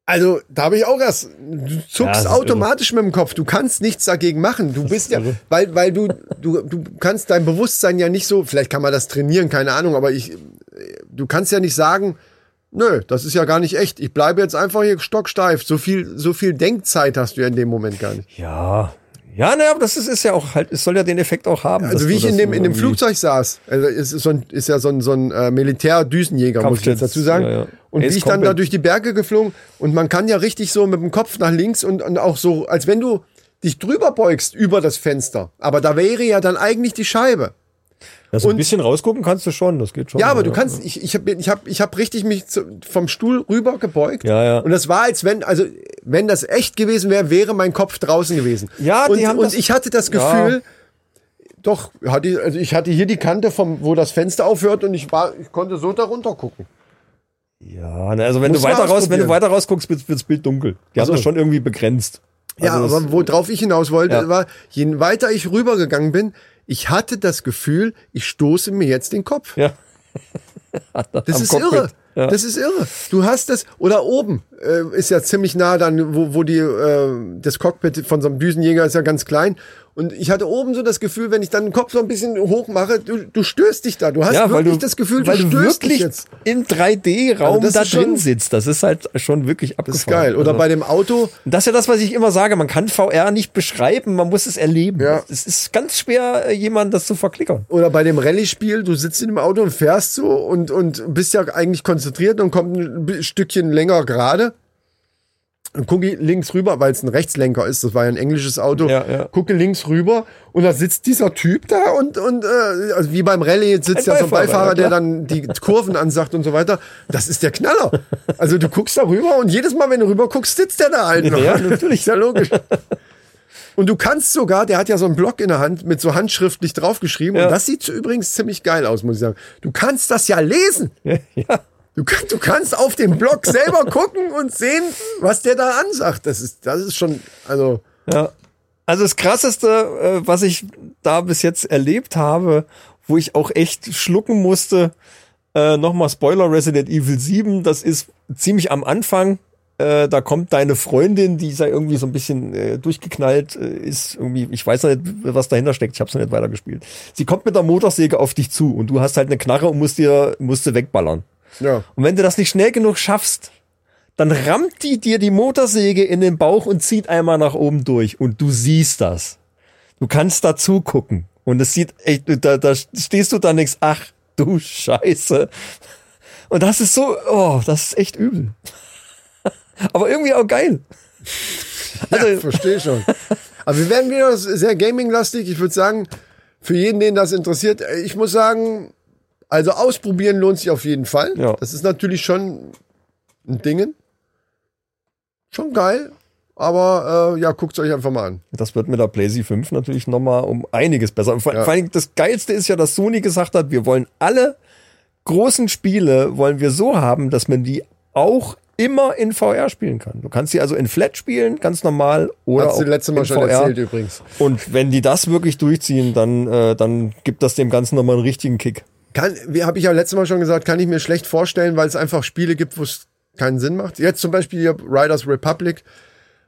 Speaker 3: Also, da habe ich auch erst, du
Speaker 4: Ja, das
Speaker 3: zuckst
Speaker 4: ist
Speaker 3: automatisch mit dem Kopf. Du kannst nichts dagegen machen. Du bist ja,
Speaker 4: irre.
Speaker 3: weil, weil du, du, du kannst dein Bewusstsein ja nicht so, vielleicht kann man das trainieren, keine Ahnung, aber ich, du kannst ja nicht sagen, nö, das ist ja gar nicht echt. Ich bleibe jetzt einfach hier stocksteif. So viel, so viel Denkzeit hast du ja in dem Moment gar nicht.
Speaker 4: ja, ja, naja, aber das ist, ist ja auch halt, es soll ja den Effekt auch haben. dass
Speaker 3: Also wie
Speaker 4: du
Speaker 3: ich
Speaker 4: das
Speaker 3: in dem, in dem
Speaker 4: irgendwie-
Speaker 3: Flugzeug saß, also es ist, so ein, ist ja so ein, so ein äh, Militärdüsenjäger, muss ich
Speaker 4: Kampfjets,
Speaker 3: jetzt dazu sagen.
Speaker 4: ja, ja.
Speaker 3: Und
Speaker 4: Ace
Speaker 3: wie ich dann da
Speaker 4: Combat.
Speaker 3: durch die Berge geflogen und man kann ja richtig so mit dem Kopf nach links und, und auch so, als wenn du dich drüber beugst über das Fenster. Aber da wäre ja dann eigentlich die Scheibe.
Speaker 4: Ja, so ein
Speaker 3: und-
Speaker 4: bisschen rausgucken kannst du schon, das geht schon.
Speaker 3: Ja, aber du kannst, ich, ich habe ich hab, ich hab richtig mich zu, vom Stuhl rüber gebeugt.
Speaker 4: Ja, ja.
Speaker 3: Und das war, als wenn, also, wenn das echt gewesen wäre, wäre mein Kopf draußen gewesen.
Speaker 4: Ja, die
Speaker 3: und,
Speaker 4: haben
Speaker 3: Und
Speaker 4: das-
Speaker 3: ich hatte das Gefühl, doch, hatte, ich- also ich hatte hier die Kante, vom, wo das Fenster aufhört und ich, war, ich konnte so darunter gucken.
Speaker 4: Ja, na, also wenn du
Speaker 3: Muss man
Speaker 4: weiter raus, wenn du
Speaker 3: ausprobieren.
Speaker 4: weiter rausguckst, wird das Bild dunkel. Die haben das schon irgendwie begrenzt.
Speaker 3: Ja,
Speaker 4: Also das-
Speaker 3: aber worauf ich hinaus wollte,
Speaker 4: Ja.
Speaker 3: war, je weiter ich rübergegangen bin, ich hatte das Gefühl, ich stoße mir jetzt den Kopf.
Speaker 4: ja.
Speaker 3: Das
Speaker 4: Am
Speaker 3: ist
Speaker 4: Cockpit.
Speaker 3: irre.
Speaker 4: Ja.
Speaker 3: Das ist irre. Du hast das, oder oben äh, ist ja ziemlich nah dann, wo, wo die, äh, das Cockpit von so einem Düsenjäger ist ja ganz klein. Und ich hatte oben so das Gefühl, wenn ich dann den Kopf so ein bisschen hoch mache, du, du stößt dich da. Du hast
Speaker 4: ja, weil
Speaker 3: wirklich
Speaker 4: du,
Speaker 3: das Gefühl, du
Speaker 4: weil
Speaker 3: stößt
Speaker 4: du wirklich
Speaker 3: dich jetzt.
Speaker 4: im 3D-Raum
Speaker 3: Also das
Speaker 4: da
Speaker 3: ist schon-
Speaker 4: drin sitzt. Das ist halt schon wirklich abgefahren.
Speaker 3: Das ist geil. Oder
Speaker 4: Also-
Speaker 3: bei dem Auto,
Speaker 4: Und Das ist ja das, was ich immer sage. Man kann VR nicht beschreiben, man muss es erleben.
Speaker 3: Ja.
Speaker 4: Es ist ganz schwer, äh, jemanden das zu verklickern.
Speaker 3: Oder bei dem Rallye-Spiel, du sitzt in dem Auto und fährst so und, und bist ja eigentlich konzentriert und kommt ein bi- Stückchen länger gerade. Und gucke links rüber, weil es ein Rechtslenker ist, das war ja ein englisches Auto.
Speaker 4: Ja, ja.
Speaker 3: Gucke links rüber und da sitzt dieser Typ da und, und äh, also wie beim Rallye jetzt sitzt
Speaker 4: Ein
Speaker 3: ja so ein
Speaker 4: Beifahrer,
Speaker 3: Beifahrer,
Speaker 4: ja,
Speaker 3: der
Speaker 4: klar.
Speaker 3: dann die Kurven ansagt und so weiter. Das ist der Knaller. Also du guckst da rüber und jedes Mal, wenn du rüber guckst, sitzt der da halt noch.
Speaker 4: Ja, natürlich.
Speaker 3: Ist ja logisch. Und du kannst sogar, der hat ja so einen Block in der Hand mit so handschriftlich draufgeschrieben.
Speaker 4: Ja.
Speaker 3: Und das sieht übrigens ziemlich geil aus, muss ich sagen. Du kannst das ja lesen.
Speaker 4: Ja.
Speaker 3: Du, kann, du kannst auf dem Block selber gucken und sehen, was der da ansagt. Das ist, das ist schon, also,
Speaker 4: Also das Krasseste, äh, was ich da bis jetzt erlebt habe, wo ich auch echt schlucken musste, äh, nochmal Spoiler Resident Evil 7, das ist ziemlich am Anfang, äh, da kommt deine Freundin, die sei irgendwie so ein bisschen äh, durchgeknallt, äh, ist irgendwie, ich weiß noch nicht, was dahinter steckt, ich hab's noch nicht weitergespielt. Sie kommt mit der Motorsäge auf dich zu und du hast halt eine Knarre und musst dir, musst sie wegballern.
Speaker 3: Ja.
Speaker 4: Und wenn du das nicht schnell genug schaffst, dann rammt die dir die Motorsäge in den Bauch und zieht einmal nach oben durch und du siehst das. Du kannst da zugucken und es sieht echt, da, da stehst du da nix, ach du Scheiße. Und das ist so, oh, das ist echt übel. Aber irgendwie auch geil.
Speaker 3: ja, verstehe schon. Aber wir werden wieder sehr gaming-lastig. Ich würde sagen, für jeden, den das interessiert, ich muss sagen, also ausprobieren lohnt sich auf jeden Fall.
Speaker 4: Ja.
Speaker 3: Das ist natürlich schon ein Dingen. Schon geil. Aber äh, ja, guckt's euch einfach mal an.
Speaker 4: Das wird mit der PlayStation 5 natürlich nochmal um einiges besser. Vor,
Speaker 3: Ja.
Speaker 4: vor allem das Geilste ist ja, dass Sony gesagt hat, wir wollen alle großen Spiele wollen wir so haben, dass man die auch immer in VR spielen kann. Du kannst sie also in Flat spielen, ganz normal oder
Speaker 3: Hat's
Speaker 4: auch
Speaker 3: das letzte Mal
Speaker 4: in
Speaker 3: schon
Speaker 4: VR.
Speaker 3: erzählt übrigens.
Speaker 4: Und wenn die das wirklich durchziehen, dann äh, dann gibt das dem Ganzen nochmal einen richtigen Kick.
Speaker 3: Kann, wie habe ich ja letztes Mal schon gesagt, kann ich mir schlecht vorstellen, weil es einfach Spiele gibt, wo es keinen Sinn macht. Jetzt zum Beispiel hier Riders Republic,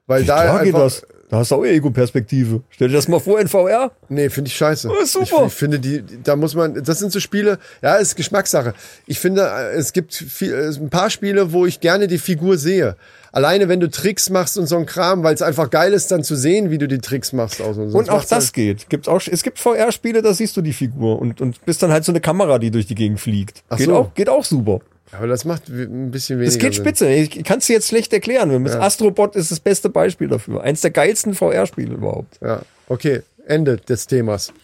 Speaker 3: weil da
Speaker 4: Klar geht
Speaker 3: einfach,
Speaker 4: das. Da hast du auch Ego-Perspektive. Stell dir das mal vor in VR.
Speaker 3: Nee, finde ich scheiße.
Speaker 4: Oh, super.
Speaker 3: Ich, ich finde, die, da muss man, das sind so Spiele, ja, ist Geschmackssache. Ich finde, äh, es gibt viel, äh, ein paar Spiele, wo ich gerne die Figur sehe. Alleine, wenn du Tricks machst und so ein Kram, weil es einfach geil ist, dann zu sehen, wie du die Tricks machst. Auch so. Sonst
Speaker 4: Und auch
Speaker 3: macht's halt ja-
Speaker 4: das geht. Gibt's auch, es gibt VR-Spiele, da siehst du die Figur und, und bist dann halt so eine Kamera, die durch die Gegend fliegt.
Speaker 3: Ach
Speaker 4: geht,
Speaker 3: so.
Speaker 4: auch, geht auch super.
Speaker 3: Aber das macht we- ein bisschen weniger
Speaker 4: Es geht
Speaker 3: Sinn.
Speaker 4: spitze. Ich kann es dir jetzt schlecht erklären. Mit Astrobot ist das beste Beispiel dafür. Eins der geilsten VR-Spiele überhaupt.
Speaker 3: Ja, okay. Ende des Themas.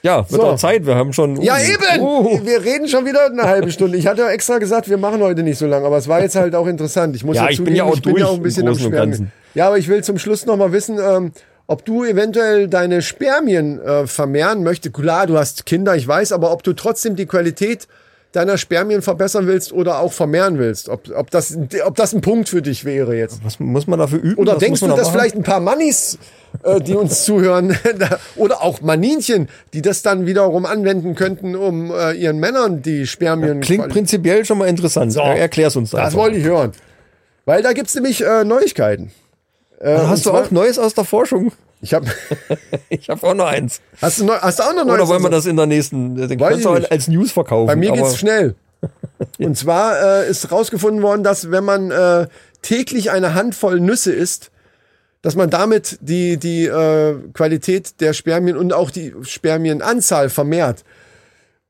Speaker 4: Ja, wird
Speaker 3: So.
Speaker 4: auch Zeit. Wir haben schon.
Speaker 3: Ja,
Speaker 4: Oh.
Speaker 3: eben!
Speaker 4: Oh.
Speaker 3: Wir reden schon wieder eine halbe Stunde. Ich hatte ja extra gesagt, wir machen heute nicht so lange, aber es war jetzt halt auch interessant. Ich muss
Speaker 4: Ja,
Speaker 3: ja,
Speaker 4: ich bin
Speaker 3: zugeben,
Speaker 4: ja auch
Speaker 3: ich bin
Speaker 4: durch
Speaker 3: ja auch ein
Speaker 4: im
Speaker 3: bisschen
Speaker 4: Großen und
Speaker 3: am Spermien.
Speaker 4: Ganzen.
Speaker 3: Ja, aber ich will zum Schluss nochmal wissen, ähm, ob du eventuell deine Spermien äh, vermehren möchtest. Klar, du hast Kinder, ich weiß, aber ob du trotzdem die Qualität deiner Spermien verbessern willst oder auch vermehren willst. Ob, ob, das, ob das ein Punkt für dich wäre jetzt.
Speaker 4: Was muss man dafür üben?
Speaker 3: Oder
Speaker 4: Was
Speaker 3: denkst
Speaker 4: muss
Speaker 3: du,
Speaker 4: man da
Speaker 3: dass
Speaker 4: machen?
Speaker 3: vielleicht ein paar Mannis, äh, die uns zuhören, da- oder auch Maninchen, die das dann wiederum anwenden könnten, um äh, ihren Männern die Spermien...
Speaker 4: Klingt prinzipiell schon mal interessant.
Speaker 3: So.
Speaker 4: Er, erklär's uns
Speaker 3: Das
Speaker 4: einfach.
Speaker 3: wollte ich hören. Weil da gibt's nämlich äh, Neuigkeiten. Äh,
Speaker 4: Hast
Speaker 3: und
Speaker 4: du
Speaker 3: zwar-
Speaker 4: auch Neues aus der Forschung?
Speaker 3: Ich hab,
Speaker 4: Ich habe auch noch eins.
Speaker 3: hast, du neu, hast du auch noch Neues?
Speaker 4: Oder wollen wir das in der nächsten? Den
Speaker 3: Weiß
Speaker 4: kannst du
Speaker 3: ich
Speaker 4: halt
Speaker 3: nicht.
Speaker 4: als News verkaufen.
Speaker 3: Bei mir
Speaker 4: aber-
Speaker 3: geht's schnell. Und zwar äh, ist rausgefunden worden, dass wenn man äh, täglich eine Handvoll Nüsse isst, dass man damit die, die äh, Qualität der Spermien und auch die Spermienanzahl vermehrt.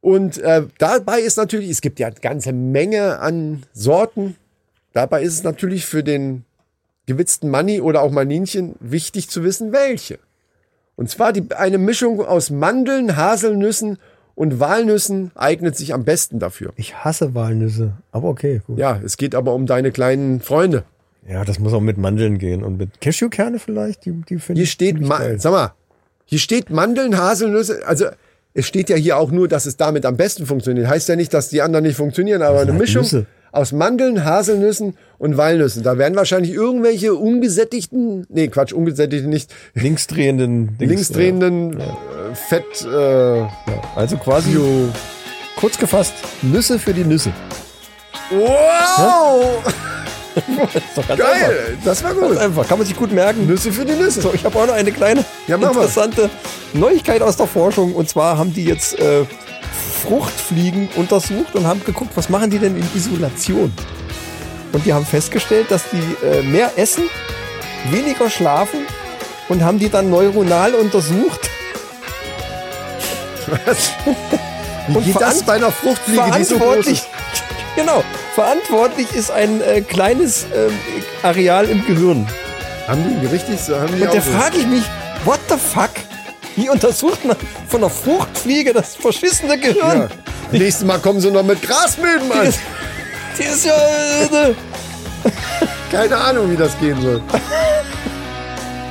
Speaker 3: Und äh, dabei ist natürlich, es gibt ja eine ganze Menge an Sorten, dabei ist es natürlich für den gewitzten Manni oder auch Maninchen wichtig zu wissen, welche. Und zwar die, eine Mischung aus Mandeln, Haselnüssen und Walnüssen eignet sich am besten dafür.
Speaker 1: Ich hasse Walnüsse, aber okay, gut.
Speaker 3: Ja, es geht aber um deine kleinen Freunde.
Speaker 4: Ja, das muss auch mit Mandeln gehen und mit Cashewkerne vielleicht, die, die finde
Speaker 3: Hier
Speaker 4: ich.
Speaker 3: steht,
Speaker 4: ziemlich
Speaker 3: Ma
Speaker 4: geil.
Speaker 3: sag mal, hier steht Mandeln, Haselnüsse, also es steht ja hier auch nur, dass es damit am besten funktioniert. Heißt ja nicht, dass die anderen nicht funktionieren, aber eine
Speaker 4: halt
Speaker 3: Mischung
Speaker 4: Nüsse.
Speaker 3: aus Mandeln, Haselnüssen und Walnüssen. Da werden wahrscheinlich irgendwelche ungesättigten, nee, Quatsch, ungesättigten nicht,
Speaker 4: Linksdrehenden. Dings,
Speaker 3: linksdrehenden äh, Fett, äh,
Speaker 4: Ja. Also quasi kurz gefasst, Nüsse für die Nüsse.
Speaker 3: wow!
Speaker 4: Ist doch ganz einfach.
Speaker 3: Geil! Das war
Speaker 4: Ganz
Speaker 3: gut.
Speaker 4: einfach, kann man sich gut merken.
Speaker 3: Nüsse für die Nüsse.
Speaker 4: So, ich habe auch noch eine kleine
Speaker 3: Ja, mach mal.
Speaker 4: interessante Neuigkeit aus der Forschung. Und zwar haben die jetzt äh, Fruchtfliegen untersucht und haben geguckt, was machen die denn in Isolation? Und die haben festgestellt, dass die äh, mehr essen, weniger schlafen und haben die dann neuronal untersucht.
Speaker 3: Was? Wie
Speaker 4: Und
Speaker 3: geht das
Speaker 4: veran-
Speaker 3: bei einer Fruchtfliege, die so groß
Speaker 4: verantwortlich,
Speaker 3: ist?
Speaker 4: genau, verantwortlich ist ein äh, kleines ähm, Areal im Gehirn.
Speaker 3: Haben die richtig so? Haben die
Speaker 4: Und da
Speaker 3: auch so?
Speaker 4: frage ich mich, what the fuck? Wie untersucht man von einer Fruchtfliege das verschissene
Speaker 3: Ja.
Speaker 4: Gehirn?
Speaker 3: Nächstes Mal kommen sie noch mit Grasmilben
Speaker 4: Die
Speaker 3: an.
Speaker 4: ist- Die ist ja. Äh,
Speaker 3: Keine Ahnung, wie das gehen soll.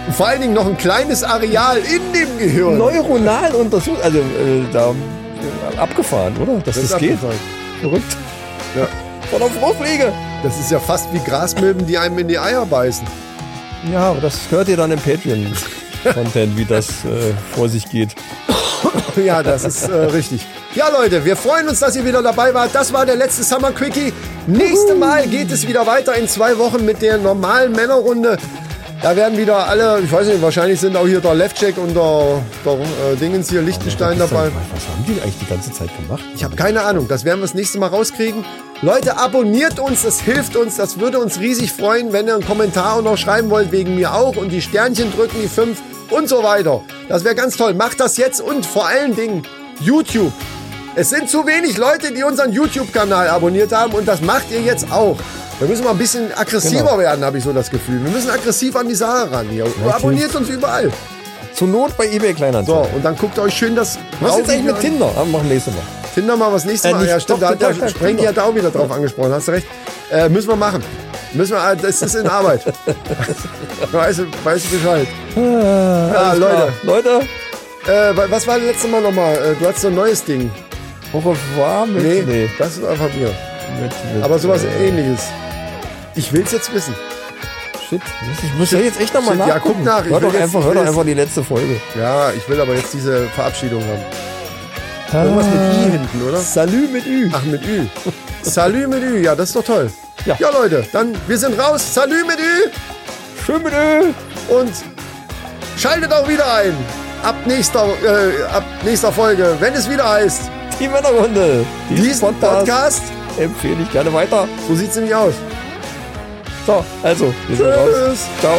Speaker 3: Und Vor allen Dingen noch ein kleines Areal in dem Gehirn.
Speaker 4: neuronal untersucht. Also, äh, da äh, abgefahren, oder?
Speaker 3: das
Speaker 4: Dass das,
Speaker 3: ist
Speaker 4: geht.
Speaker 3: abgefahren.
Speaker 4: Verrückt.
Speaker 3: Ja.
Speaker 4: Von einer Fruchtfliege.
Speaker 3: Das ist ja fast wie Grasmilben, die einem in die Eier beißen.
Speaker 4: Ja, aber das hört ihr dann im Patreon-Content, wie das äh, vor sich geht.
Speaker 3: Ja, das ist äh, richtig. Ja, Leute, wir freuen uns, dass ihr wieder dabei wart. Das war der letzte Summer Quickie. Nächste Mal geht es wieder weiter in zwei Wochen mit der normalen Männerrunde. Da werden wieder alle, ich weiß nicht, wahrscheinlich sind auch hier der Levcek und der, der äh, Dingens hier, Lichtenstein dabei.
Speaker 4: Was haben die eigentlich die ganze Zeit gemacht?
Speaker 3: Ich habe keine Ahnung, das werden wir das nächste Mal rauskriegen. Leute, abonniert uns, das hilft uns, das würde uns riesig freuen, wenn ihr einen Kommentar auch noch schreiben wollt, wegen mir auch und die Sternchen drücken, die fünf und so weiter. Das wäre ganz toll. Macht das jetzt und vor allen Dingen YouTube. Es sind zu wenig Leute, die unseren YouTube-Kanal abonniert haben und das macht ihr jetzt auch. Wir müssen mal ein bisschen aggressiver
Speaker 4: Genau.
Speaker 3: werden, habe ich so das Gefühl. Wir müssen aggressiv an die Sache ran hier. Abonniert uns überall.
Speaker 4: Zur Not bei eBay
Speaker 3: So,
Speaker 4: Kleinanzeigen.
Speaker 3: und dann guckt euch schön das
Speaker 4: Was ist
Speaker 3: Rauchen
Speaker 4: eigentlich mit
Speaker 3: an.
Speaker 4: Tinder? Aber machen wir nächstes Mal.
Speaker 3: Tinder mal was nächstes
Speaker 4: Äh,
Speaker 3: Mal.
Speaker 4: nicht-
Speaker 3: ja, stimmt, da
Speaker 4: doch,
Speaker 3: hat
Speaker 4: doch,
Speaker 3: der
Speaker 4: doch,
Speaker 3: Sprenki
Speaker 4: doch.
Speaker 3: hat auch wieder drauf angesprochen, hast du recht. Äh, müssen wir machen. Müssen wir, äh, das ist in Arbeit. weißt du weiß ich Bescheid.
Speaker 4: Ah,
Speaker 3: Ja, Leute,
Speaker 4: Leute,
Speaker 3: äh, wa- was war das letzte Mal nochmal? Äh, Du hattest so ein neues Ding.
Speaker 4: Woche war mit.
Speaker 3: Nee,
Speaker 4: nee,
Speaker 3: das ist einfach Bier.
Speaker 4: mit, mit,
Speaker 3: Aber sowas
Speaker 4: äh,
Speaker 3: ähnliches. Ich will's jetzt wissen.
Speaker 4: Shit. Ich muss ja jetzt echt nochmal
Speaker 3: eh- Shit, ja,
Speaker 4: nachgucken.
Speaker 3: guck nach, ich
Speaker 4: Hör
Speaker 3: will
Speaker 4: doch
Speaker 3: jetzt-
Speaker 4: einfach,
Speaker 3: ich
Speaker 4: hör
Speaker 3: will
Speaker 4: doch
Speaker 3: jetzt-
Speaker 4: einfach die letzte Folge.
Speaker 3: Ja, ich will aber jetzt diese Verabschiedung haben.
Speaker 4: Ah.
Speaker 3: Irgendwas mit I hinten, oder?
Speaker 4: Salü mit Ü.
Speaker 3: Ach, mit Ü. Salü mit Ü, ja, das ist doch toll.
Speaker 4: Ja.
Speaker 3: ja Leute, dann wir sind raus. Salü mit Ü.
Speaker 4: Schön mit Ü.
Speaker 3: und schaltet auch wieder ein. Ab nächster, äh, ab nächster Folge, wenn es wieder heißt,
Speaker 4: Die Männerrunde.
Speaker 3: diesen Podcast,
Speaker 4: empfehle ich gerne weiter.
Speaker 3: so sieht's nämlich aus.
Speaker 4: So, also, wir sind raus.
Speaker 3: Tschüss.
Speaker 4: Ciao.